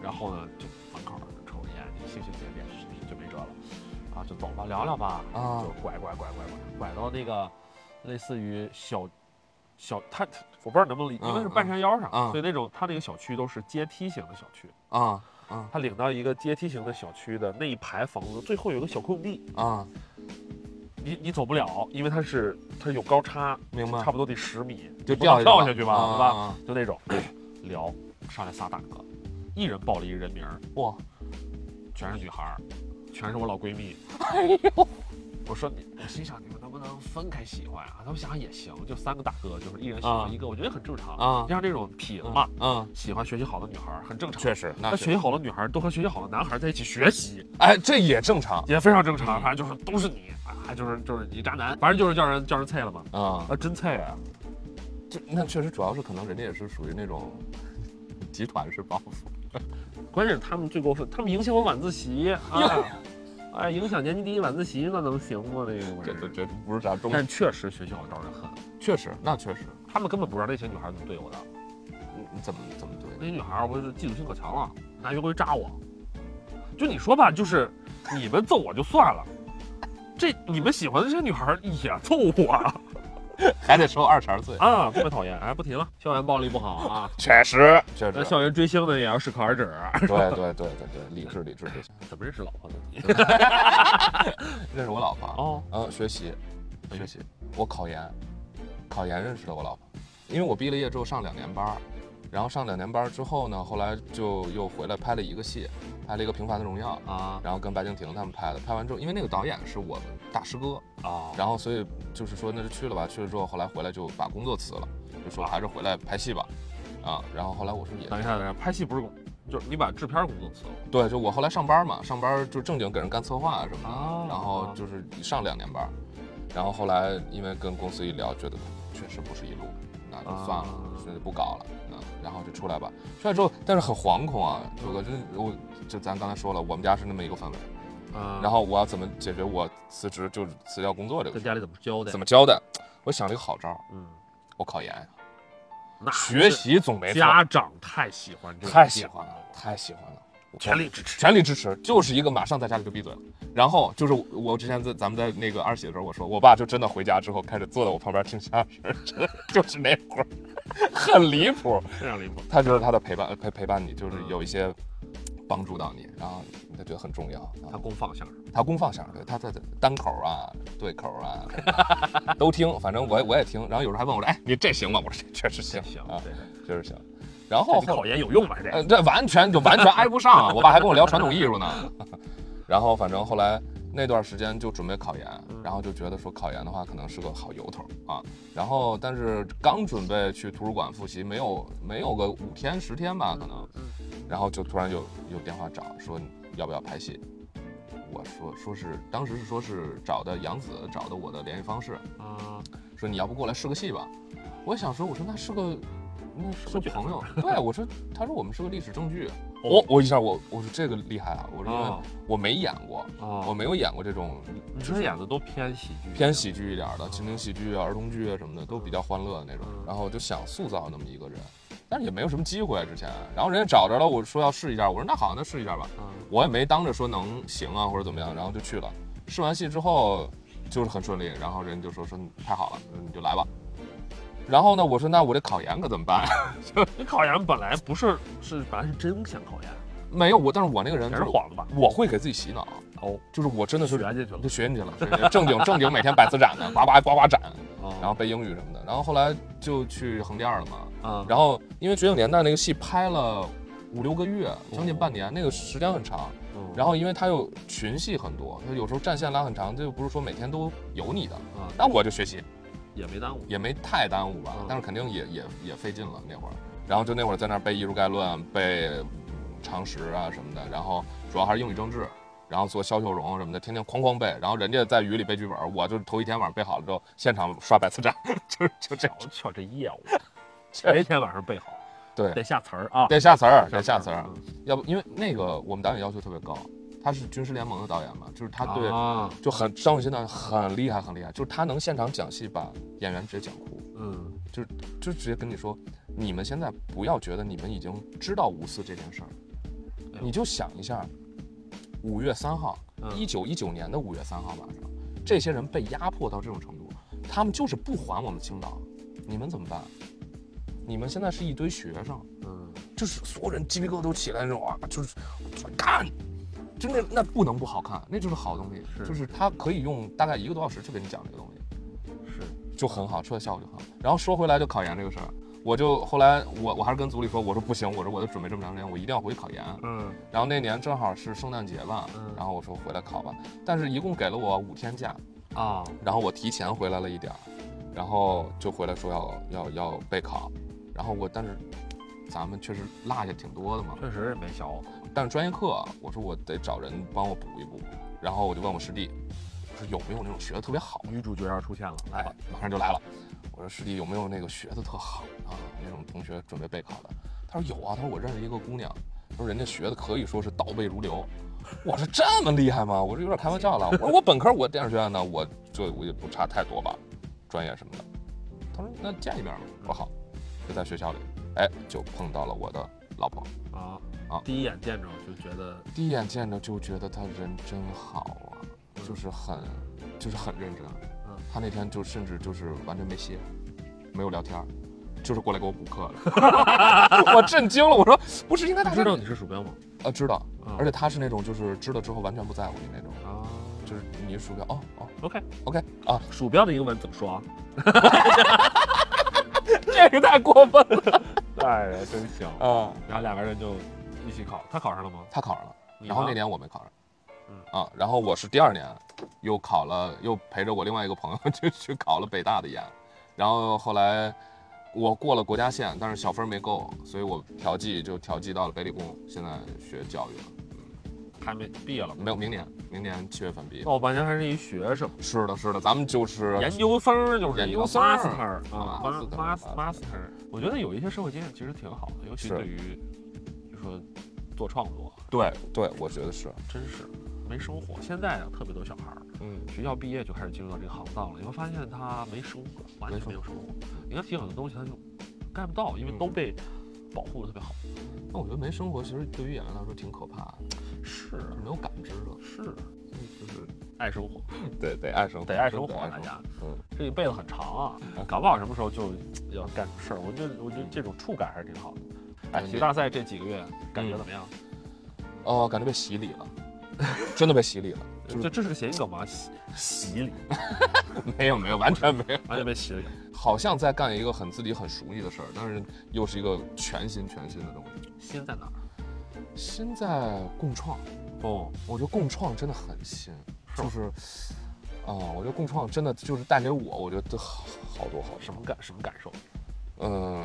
S3: 然后呢，就门口儿抽着烟，星星点点就没辙了，啊，就走吧，聊聊吧，
S2: 啊
S3: 就拐拐拐拐拐拐到那个类似于小小，他我不知道能不能理，因为是半山腰上，
S2: 嗯嗯
S3: 所以那种他那个小区都是阶梯型的小区。
S2: 啊啊
S3: 他领到一个阶梯型的小区的那一排房子最后有个小空地，
S2: 啊！
S3: 你你走不了，因为它是它有高差，
S2: 明白
S3: 差不多得十米，
S2: 就
S3: 不能
S2: 掉
S3: 跳
S2: 下
S3: 下
S2: 去
S3: 去
S2: 吧
S3: 吧，
S2: 啊
S3: 对吧？
S2: 啊啊
S3: 就那种聊，上来仨大哥，一人报了一个人名儿，
S2: 哇，
S3: 全是女孩儿，全是我老闺蜜。
S2: 哎呦，
S3: 我说你，我心想你们能不能分开喜欢啊？他们想想也行，就三个大哥，就是一人喜欢一个，我觉得很正常
S2: 啊
S3: 就像这种痞子嘛，
S2: 嗯，
S3: 喜欢学习好的女孩儿很正常。
S2: 确实，那
S3: 那
S2: 确
S3: 学
S2: 实
S3: 习好的女孩儿都和学习好的男孩儿在一起学习，
S2: 哎，这也正常
S3: 也非常正
S2: 嗯
S3: 常，反正就是都是你啊，就是就是你渣男，反正就是叫人叫人菜了嘛。
S2: 啊。
S3: 啊，真菜啊！
S2: 就那确实主要是可能人家也是属于那种 集团式报复。
S3: 关键是他们最过分，他们影响我晚自习啊！哎，影响年级第一晚自习，那能行吗？这个玩意
S2: 这这
S3: 儿。
S2: 这不是啥中，
S3: 但确实学校招人恨，
S2: 确实，那确实，
S3: 他们根本不知道那些女孩怎么对我的。
S2: 嗯怎么怎么
S3: 那
S2: 对？
S3: 些女孩儿，我是嫉妒心可强了，拿圆规扎我。就你说吧，就是你们揍我就算了，这你们喜欢的这些女孩儿也揍我
S2: 还得收二十二岁，
S3: 啊，特别讨厌。哎，不提了，校园暴力不好 啊。
S2: 确实，确
S3: 那
S2: 实，
S3: 校园追星的也要适可而止。
S2: 对对对对对，理智理智理智。
S3: 怎么认识老婆的？
S2: 认识我老婆，
S3: 哦，
S2: 嗯，学习，学习，我考研，考研认识的我老婆，因为我毕了业之后上两年班儿，然后上两年班儿之后呢，后来就又回来拍了一个戏，拍了一个《平凡的荣耀》。
S3: 啊
S2: 然后跟白敬亭他们拍的，拍完之后，因为那个导演是我们大师哥，
S3: 啊
S2: 然后所以就是说那就去了吧，去了之后后来回来就把工作辞了，就说还是回来拍戏吧，啊，然后后来我说也
S3: 等一下，等一下，拍戏不是工，就是你把制片工作辞了
S2: 对，就我后来上班嘛，上班就正经给人干策划啊什么的，
S3: 啊
S2: 然后就是上两年班，然后后来因为跟公司一聊，觉得确实不是一路，那就算了，
S3: 啊
S2: 那、就不搞了，啊，然后就出来吧。出来之后，但是很惶恐啊，有个真我就咱刚才说了，我们家是那么一个氛围，
S3: 啊
S2: 然后我要怎么解决我辞职就是辞掉工作这个
S3: 跟
S2: 事儿，
S3: 家里怎么交代？
S2: 怎么交代？我想了一个好招儿，
S3: 嗯，
S2: 我考研，
S3: 那
S2: 学习总没错，
S3: 家长太喜欢这个，
S2: 太喜欢了，，太喜欢了。
S3: 全力支持。
S2: 全力支持，就是一个马上在家里就闭嘴了。然后就是我之前在咱们在那个二喜的时候，我说我爸就真的回家之后开始坐在我旁边听相声，真的 就是那会儿，很离谱。
S3: 非常离谱。
S2: 他就是他的陪伴陪陪伴你，就是有一些帮助到你，然后他觉得很重要。啊
S3: 他公放相声。
S2: 他公放相声，对，他在单口啊、对口啊都听，反正我也我也听。然后有时候还问我说：“哎，你这行吗？”我说：“这确实行，
S3: 行
S2: 啊，
S3: 对，
S2: 确实行。”然后
S3: 这考研有用吗？这
S2: 呃，这完全就完全挨不上啊！我爸还跟我聊传统艺术呢。 然后反正后来那段时间就准备考研，然后就觉得说考研的话可能是个好由头啊。然后但是刚准备去图书馆复习，没有没有个五天十天吧，可能。然后就突然有有电话找说你要不要拍戏，我说说是当时是说是找的杨子找的我的联系方式，
S3: 啊，
S2: 说你要不过来试个戏吧。我想说，我说那是个，那是
S3: 什么
S2: 个
S3: 角色
S2: 朋友。对，我说，他说我们是个历史证据。
S3: 哦
S2: 我我一下我我说这个厉害啊！我说因为
S3: 哦
S2: 我没演过，
S3: 哦
S2: 我没有演过这种
S3: 你这演的都偏喜剧，
S2: 偏喜剧一点的情景喜剧啊、儿童剧啊什么的，都比较欢乐的那种
S3: 嗯。
S2: 然后我就想塑造那么一个人，但是也没有什么机会啊之前。然后人家找着了，我说要试一下，我说那好，那试一下吧。
S3: 嗯
S2: 我也没当着说能行啊或者怎么样，然后就去了。试完戏之后就是很顺利，然后人就说说你太好了，你就来吧。然后呢，我说那我这考研可怎么办？
S3: 你考研本来不是是本来是真想考研，
S2: 没有我，但是我那个人
S3: 全
S2: 就是是
S3: 晃的吧？
S2: 我会给自己洗脑，
S3: 哦，
S2: 就是我真的是
S3: 学进去了
S2: 就学进去了，是正经正经每天百词斩的，呱呱呱呱斩，
S3: 然
S2: 然后背英语什么的。然后后来就去横店了嘛，
S3: 啊，
S2: 然后因为《绝景年代》那个戏拍了五六个月，将近半年，那个时间很长。
S3: 嗯
S2: 然后因为它有群戏很多，它有时候战线拉很长，这又不是说每天都有你的。
S3: 啊
S2: 那我就学习
S3: 也没耽误，
S2: 也没太耽误吧
S3: 嗯，
S2: 但是肯定也也也费劲了那会儿。然后就那会儿在那儿背《艺术概论》、背嗯常识啊什么的，然后主要还是英语政治，然后做肖秀荣什么的，天天哐哐背。然后人家在雨里背剧本，我就头一天晚上背好了之后，现场刷百词斩， 就是就这样。
S3: 瞧瞧这业 务，前一天晚上背好，
S2: 对
S3: 得下词儿啊，
S2: 得下词儿，得下词儿。
S3: 嗯
S2: 要不因为那个我们导演要求特别高，他是军事联盟的导演嘛，就是他对、
S3: 啊，
S2: 就很张雨欣导演很厉害很厉害，就是他能现场讲戏把演员直接讲哭，
S3: 嗯，
S2: 就直接跟你说，你们现在不要觉得你们已经知道五四这件事儿
S3: 哎，呦
S2: 你就想一下，五月三号，
S3: 嗯
S2: 一九一九年的五月三号晚上，这些人被压迫到这种程度，他们就是不还我们青岛，你们怎么办？你们现在是一堆学生。
S3: 嗯，
S2: 就是所有人鸡皮疙瘩都起来那种啊，就是干，就那那不能不好看，那就是好东西，
S3: 是
S2: 就是它可以用大概一个多小时去给你讲这个东西，
S3: 嗯是，
S2: 就很好，出来效果就很好。然后说回来就考研这个事儿，我就后来我我还是跟组里说，我说不行，我说我都准备这么长时间，我一定要回去考研。
S3: 嗯
S2: 然后那年正好是圣诞节吧
S3: 嗯，
S2: 然后我说回来考吧，但是一共给了我五天假，
S3: 啊，
S2: 然后我提前回来了一点儿，然后就回来说要要要备考，然后我但是咱们确实落下挺多的嘛，
S3: 确实也没学好，
S2: 但是专业课啊，我说我得找人帮我补一补，然后我就问我师弟，我说有没有那种学的特别好的？
S3: 女主角要出现了，
S2: 哎
S3: 来，，
S2: 马上就来了。我说师弟有没有那个学的特好的啊？那种同学准备备考的？他说有啊，他说我认识一个姑娘，他说人家学的可以说是倒背如流。我说这么厉害吗？我说有点开玩笑了。我说我本科我电影学院的，我就我也不差太多吧，专业什么的。他说那见一面吧。我说好，就在学校里，哎，就碰到了我的老婆。
S3: 啊
S2: 啊
S3: 第一眼见着就觉得
S2: 第一眼见着就觉得他人真好啊，就是很，就是很认真。
S3: 嗯
S2: 他那天就甚至就是完全没歇，没有聊天儿，就是过来给我补课的。 我震惊了，我说不是应该
S3: 他知
S2: 大家
S3: 道你是鼠标吗？
S2: 啊知道
S3: 嗯，
S2: 而且他是那种就是知道之后完全不在乎你那种，
S3: 啊
S2: 就是你一鼠标哦哦
S3: ，OK，
S2: OK 啊，
S3: 鼠标的英文怎么说 啊？
S2: 这个太过分了
S3: 哎呀，真行！
S2: 啊！
S3: 然后两个人就一起考，他考上了吗？
S2: 他考上了，
S3: 你
S2: 然后
S3: 呢
S2: 那年我没考上，
S3: 嗯
S2: 啊，然后我是第二年又考了，又陪着我另外一个朋友去去考了北大的研，然后后来我过了国家线，但是小分没够，所以我调剂就调剂到了北理工，现在学教育了，
S3: 还没毕业了吗？
S2: 没有明年，明年七月份毕业。
S3: 那我半年还是一学生，
S2: 是的，是的，咱们就是
S3: 哦研究生儿就是
S2: 研
S3: 一
S2: 究
S3: 个
S2: 生儿
S3: master 啊，mas-
S2: ，master，master
S3: master。我觉得有一些社会经验其实挺好的，尤其
S2: 是
S3: 对于就说做创作，
S2: 对对，我觉得是，
S3: 真是没生活。现在啊，特别多小孩儿
S2: 嗯，
S3: 学校毕业就开始进入到这个行当了，你会发现他没生活，完全没有生活。你看挺好的东西，他就 get 不到，因为
S2: 嗯
S3: 都被保护的特别好。
S2: 那我觉得没生活其实对于演员来说挺可怕的，
S3: 是啊
S2: 就是没有感知的，
S3: 是，啊
S2: 就是
S3: 爱生活，
S2: 对得爱生活，
S3: 得嗯爱生活，
S2: 真的
S3: 大家。
S2: 嗯，
S3: 这一辈子很长啊，搞不好什么时候就要干什么事儿。我觉得，我觉得这种触感还是挺好的。哎，
S2: 嗯
S3: 体育大赛这几个月感觉怎么样？
S2: 哦，感觉被洗礼了，真的被洗礼了。就是
S3: 这这是个谐音梗吗？洗洗礼，
S2: 没有没有，完全没有，
S3: 完全被洗礼。
S2: 好像在干一个很自己很熟悉的事儿，但是又是一个全新全新的东西。
S3: 心在哪儿？
S2: 新在共创，
S3: 哦，
S2: 我觉得共创真的很新，就是，啊、我觉得共创真的就是带给我，我觉得好好多好
S3: 什么感什么感受？
S2: 嗯，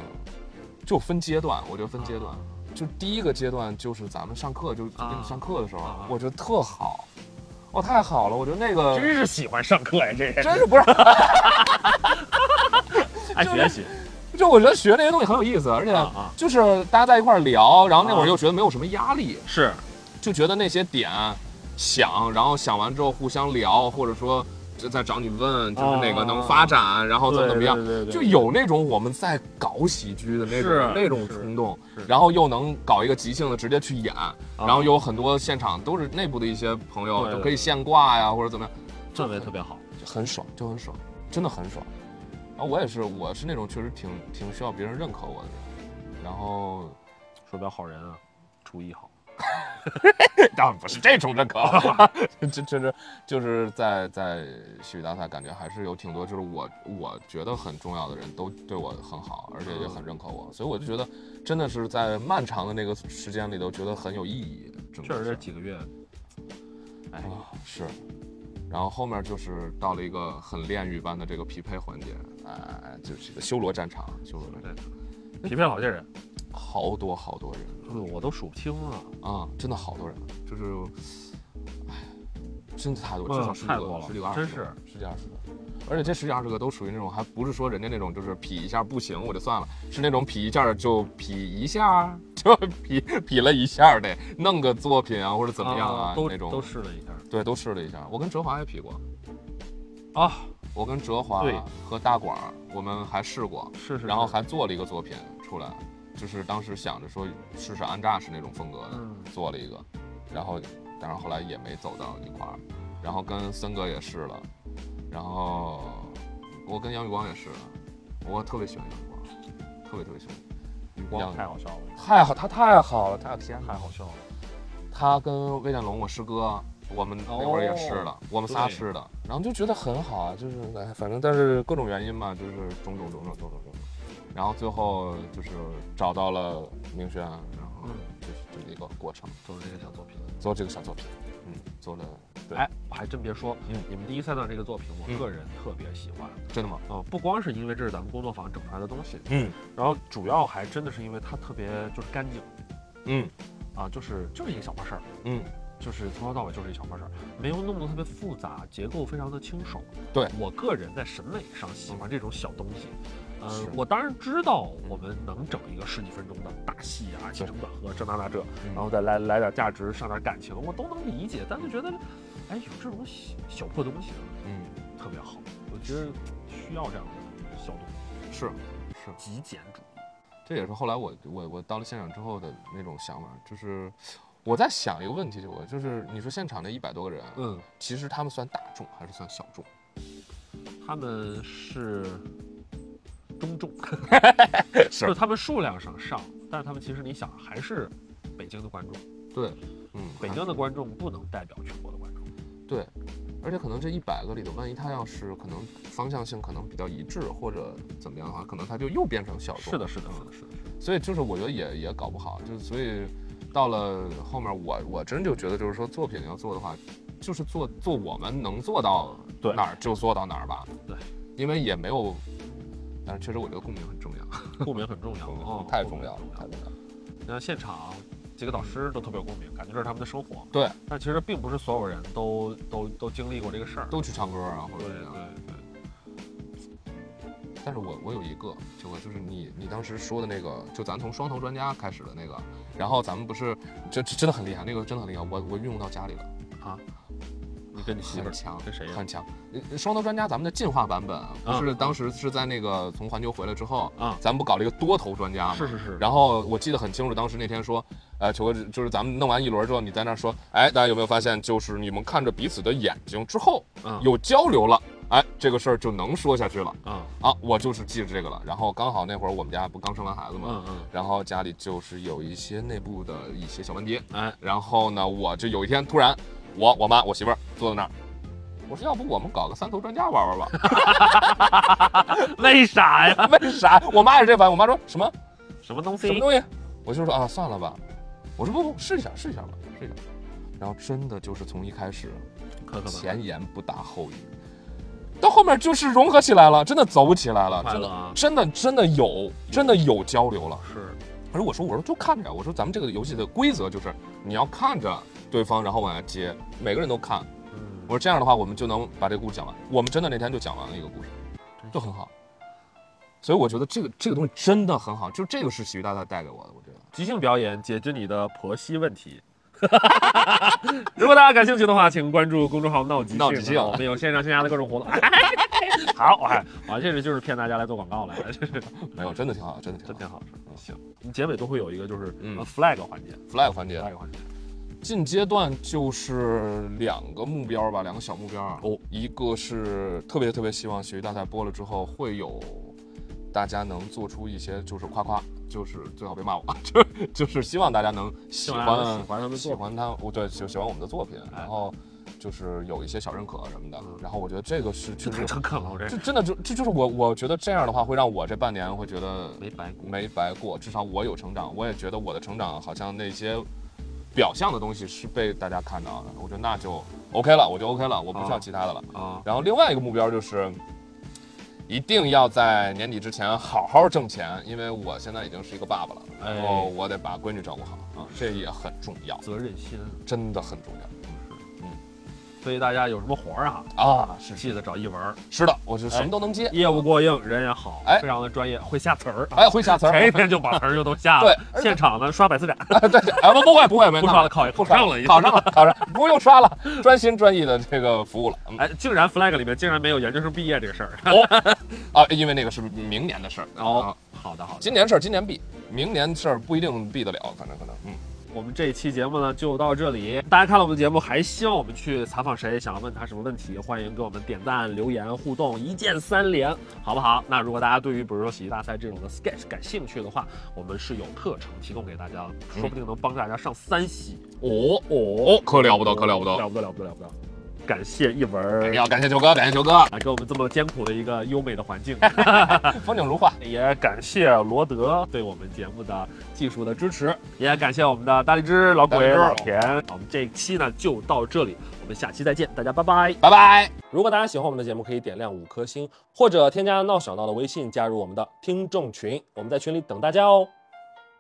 S2: 就分阶段，我觉得分阶段，就第一个阶段就是咱们上课，就
S3: 啊
S2: 跟你上课的时候，
S3: 啊
S2: 我觉得特好，哦，太好了，我觉得那个
S3: 真是喜欢上课呀，这人
S2: 真是不是，
S3: 爱学习。
S2: 就我觉得学这些东西很有意思，而且
S3: 啊啊
S2: 就是大家在一块儿聊，然后那会
S3: 啊
S2: 儿又觉得没有什么压力，
S3: 是，
S2: 就觉得那些点想，然后想完之后互相聊，或者说就再找你问，就是哪个能发展，然哦后怎么怎么样，
S3: 对对对对
S2: 就有那种我们在搞喜剧的那
S3: 是
S2: 种那种
S3: 是
S2: 冲动
S3: 是，啊
S2: 然后又能搞一个即兴的直接去演，然后有很多现场都是内部的一些朋友
S3: 对对
S2: 就可以现挂呀，或者怎么样，
S3: 氛围特别好。
S2: 就很爽，就很爽，真的很爽。啊，我也是，我是那种确实挺挺需要别人认可我的人，然 后
S3: 说表好人啊，厨艺好。
S2: 当然不是这种认可，啊 这这这就是在在戏剧大赛，感觉还是有挺多，就是我我觉得很重要的人都对我很好，而且也很认可我，所以我就觉得真的是在漫长的那个时间里头，觉得很有意义。整
S3: 确
S2: 个
S3: 实
S2: 事
S3: 这
S2: 儿
S3: 几个月，哎，
S2: 啊是，然后后面就是到了一个很炼狱般的这个匹配环节，哎，就是这个修罗战场，修罗战场，
S3: 匹配好些人，
S2: 好多好多人。
S3: 嗯我都数不清了。
S2: 啊、真的好多人，就是，哎，真的太多，至
S3: 嗯
S2: 少十几
S3: 太
S2: 个，
S3: 多了
S2: 十几个二十
S3: 真
S2: 个，十几二十个。而且这十几二十个都属于那种，还不是说人家那种就是劈一下不行我就算了，是那种劈一下就劈一下，就劈劈了一下得弄个作品啊或者怎么样啊
S3: 啊都
S2: 那种，
S3: 都试了一下
S2: 对都试了一下。我跟哲华也劈过，
S3: 啊，
S2: 我跟哲华
S3: 对
S2: 和大管儿我们还试过，
S3: 试试。
S2: 然后还做了一个作品出来，就是当时想着说试试安扎式那种风格的，
S3: 嗯
S2: 做了一个，然后但是后来也没走到一块儿，然后跟森哥也试了，然后我跟杨宇光也试了，我特别喜欢杨宇光，特别特别喜欢
S3: 余
S2: 杨
S3: 光太好笑了，
S2: 太好，他太好了，太天
S3: 太好笑了。
S2: 他跟魏建龙，我师哥，我们那会儿也试了，我们仨试的，哦然后就觉得很好啊，就是哎，反正但是各种原因嘛，就是种种种种种种种种，然后最后就是找到了明轩，然后
S3: 嗯
S2: 就是这么一个过程，
S3: 做这个小作品，
S2: 做这个小作品，嗯，做了，对
S3: 哎，我还真别说
S2: 嗯，
S3: 你们第一赛段这个作品，我
S2: 嗯
S3: 个人特别喜欢。
S2: 真的吗？
S3: 嗯，不光是因为这是咱们工作坊整出来的东西，
S2: 嗯
S3: 然后主要还真的是因为它特别就是干净
S2: 嗯
S3: 啊，就是就是一个小破事儿，
S2: 嗯，
S3: 就是从头到尾就是一小破事儿，没有弄得特别复杂，结构非常的清爽。
S2: 对
S3: 我个人在审美上喜欢这种小东西。嗯
S2: 是，嗯
S3: 我当然知道我们能整一个十几分钟的大戏啊，起承转合，这那那这，
S2: 嗯
S3: 然后再来来点价值，上点感情，我都能理解。但是觉得，哎，有这种小小破东西啊
S2: 嗯
S3: 特别好，我觉得需要这样的小东西，
S2: 嗯是是，
S3: 极简主义。
S2: 这也是后来我我我到了现场之后的那种想法，就是我在想一个问题，我就是你说现场那一百多个人，
S3: 嗯，
S2: 其实他们算大众还是算小众？
S3: 他们是中重，
S2: 是
S3: 就是他们数量上上，但是他们其实你想还是北京的观众，
S2: 对，嗯，
S3: 北京的观众不能代表全国的观众。
S2: 对，而且可能这一百个里头，万一他要是可能方向性可能比较一致或者怎么样的话，可能他就又变成小众。
S3: 是的，是的，
S2: 嗯
S3: 是的，是的，是的。
S2: 所以就是我觉得也也搞不好，就是所以到了后面我我真就觉得就是说作品要做的话，就是做做我们能做到
S3: 对
S2: 哪儿就做到哪儿吧。
S3: 对，
S2: 因为也没有，但是确实我觉得共鸣很重要，
S3: 共鸣很重要，哦，
S2: 嗯 太
S3: 共
S2: 重
S3: 鸣
S2: 要了
S3: 很，
S2: 太重要了。
S3: 你看现场几个导师都特别有共鸣，感觉这是他们的生活。
S2: 对，
S3: 但其实并不是所有人都都都经历过这个事儿。
S2: 都去唱歌啊，或
S3: 对
S2: 者
S3: 对
S2: 怎样。
S3: 对，
S2: 但是我我有一个，就我就是你你当时说的那个，就咱从双头专家开始的那个，然后咱们不是这这真的很厉害，那个真的很厉害，我我运用到家里了，
S3: 你跟你媳妇
S2: 很
S3: 儿
S2: 强，
S3: 跟谁呀
S2: 很强。呃双头专家咱们的进化版本，啊不是当时是在那个从环球回来之后，
S3: 啊
S2: 咱们不搞了一个多头专家吗？
S3: 是是是，
S2: 然后我记得很清楚，当时那天说，呃，球哥就是咱们弄完一轮之后，你在那儿说，哎，大家有没有发现，就是你们看着彼此的眼睛之后
S3: 嗯
S2: 有交流了，哎，这个事儿就能说下去了
S1: 啊，
S2: 啊。我就是记着这个了。然后刚好那会儿我们家不刚生完孩子嘛
S1: 嗯，嗯，
S2: 然后家里就是有一些内部的一些小问题。
S3: 嗯
S1: 哎，
S2: 然后呢，我就有一天突然，我、我妈、我媳妇儿坐在那儿，我说要不我们搞个三头专家玩玩吧。
S3: 为啥呀？
S2: 为啥？我妈也是这反应。我妈说什么
S3: 什么东
S2: 什么
S3: 西？
S2: 东西？我就说啊，算了吧。我说不不，试一下，试一下吧，试一下。然后真的就是从一开始
S1: 可可吧，
S2: 前言不搭后语，到后面就是融合起来了，真的走起来了，
S1: 快
S2: 真
S1: 乐
S2: 的
S1: 啊，
S2: 真的真的有真的有交流了。
S1: 是，
S2: 而我说我说就看着呀，我说咱们这个游戏的规则就是你要看着对方，然后往下接，每个人都看。
S1: 嗯，
S2: 我说这样的话，我们就能把这个故事讲完。我们真的那天就讲完了一个故事，就很好。所以我觉得这个这个东西真的很好，就这个是喜剧大赛带给我的，我觉得。
S3: 即兴表演解决你的婆媳问题。如果大家感兴趣的话，请关注公众号“闹即
S2: 闹即兴
S3: 兴”，我们有线上线下的各种活动。好，哎，我这是就是骗大家来做广告来的， 这是
S2: 没有，真的挺好，真的
S3: 真
S2: 挺好
S3: 挺。好。嗯行，你结尾都会有一个就是呃
S2: 嗯
S3: flag 环节
S2: flag 环节，
S3: ，flag 环节。
S2: 近阶段就是两个目标吧，两个小目标啊。
S1: 哦，
S2: 一个是特别特别希望喜剧大赛播了之后会有。大家能做出一些就是夸夸，就是最好别骂我，就是就是希望大家能喜
S3: 希望
S2: 欢
S3: 大家能喜欢他们
S2: 喜
S3: 做，
S2: 欢他，我对喜喜欢我们的作品，
S3: 哎
S2: 然后就是有一些小认可什么的，然后我觉得这个是
S3: 这嗯太
S2: 确实，
S3: 诚恳了，我这
S2: 这真的就这就是我我觉得这样的话会让我这半年会觉得
S3: 没白过。
S2: 没白过，至少我有成长，我也觉得我的成长好像那些表象的东西是被大家看到的，我觉得那就 OK 了，我就 OK 了，我不需要
S1: 啊
S2: 其他的了。
S1: 啊，
S2: 然后另外一个目标就是，一定要在年底之前好好挣钱，因为我现在已经是一个爸爸了，
S3: 哎
S2: 然后我得把闺女照顾好啊，这也很重要，
S3: 责任心，
S2: 真的很重要
S3: 所以大家有什么活儿啊，哎
S2: 啊！是
S3: 记得找一文儿，
S2: 是的，我是什么都能接，
S3: 业务过硬，人也好，
S2: 哎
S3: 非常的专业，会下词儿。
S2: 哎，会下 词儿，
S3: 前一
S2: 哎，
S3: 天就把词儿就都下
S2: 对
S3: 了，现场呢刷百词斩，
S2: 对对，哎，不不会不会，没
S3: 不
S2: 那
S3: 刷
S2: 么
S3: 了，考
S2: 不
S3: 考
S2: 刷
S3: 上了已经，
S2: 考上了，考上，不用刷了，专心专意的这个服务了。嗯
S3: 哎，竟然 flag 里面竟然没有研究生毕业这个事儿。
S2: 啊，因为那个是明年的事儿，
S3: 哦
S2: 啊，
S3: 好的好的，
S2: 今年事儿今年避，明年事儿不一定避得了，反正可能，嗯，
S3: 我们这一期节目呢就到这里。大家看了我们的节目，还希望我们去采访谁，想要问他什么问题，欢迎给我们点赞、留言、互动，一键三连，好不好？那如果大家对于比如说喜剧大赛这种的 sketch 感兴趣的话，我们是有课程提供给大家的，说不定能帮大家上三喜。
S2: 哦哦，可了不得，可了不
S3: 了
S2: 得，
S3: 不得了不得了不得！感谢一文
S2: 哎
S3: 儿
S2: 呀，感谢九哥，感谢九哥，
S3: 啊，给我们这么艰苦的一个优美的环境。
S2: 风景如画，
S3: 也感谢罗德对我们节目的技术的支持，也感谢我们的大力支、老
S2: 大力
S3: 鬼、
S2: 支
S3: 老田。我们这一期呢就到这里，我们下期再见，大家拜拜。
S2: 拜拜。
S3: 如果大家喜欢我们的节目，可以点亮五颗星，或者添加闹小闹的微信，加入我们的听众群，我们在群里等大家哦。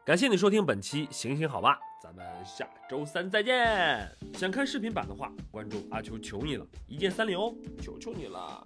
S3: 感谢你收听本期《行行好吧》，咱们下周三再见。想看视频版的话，关注阿球求你了，一键三连哦，求求你了。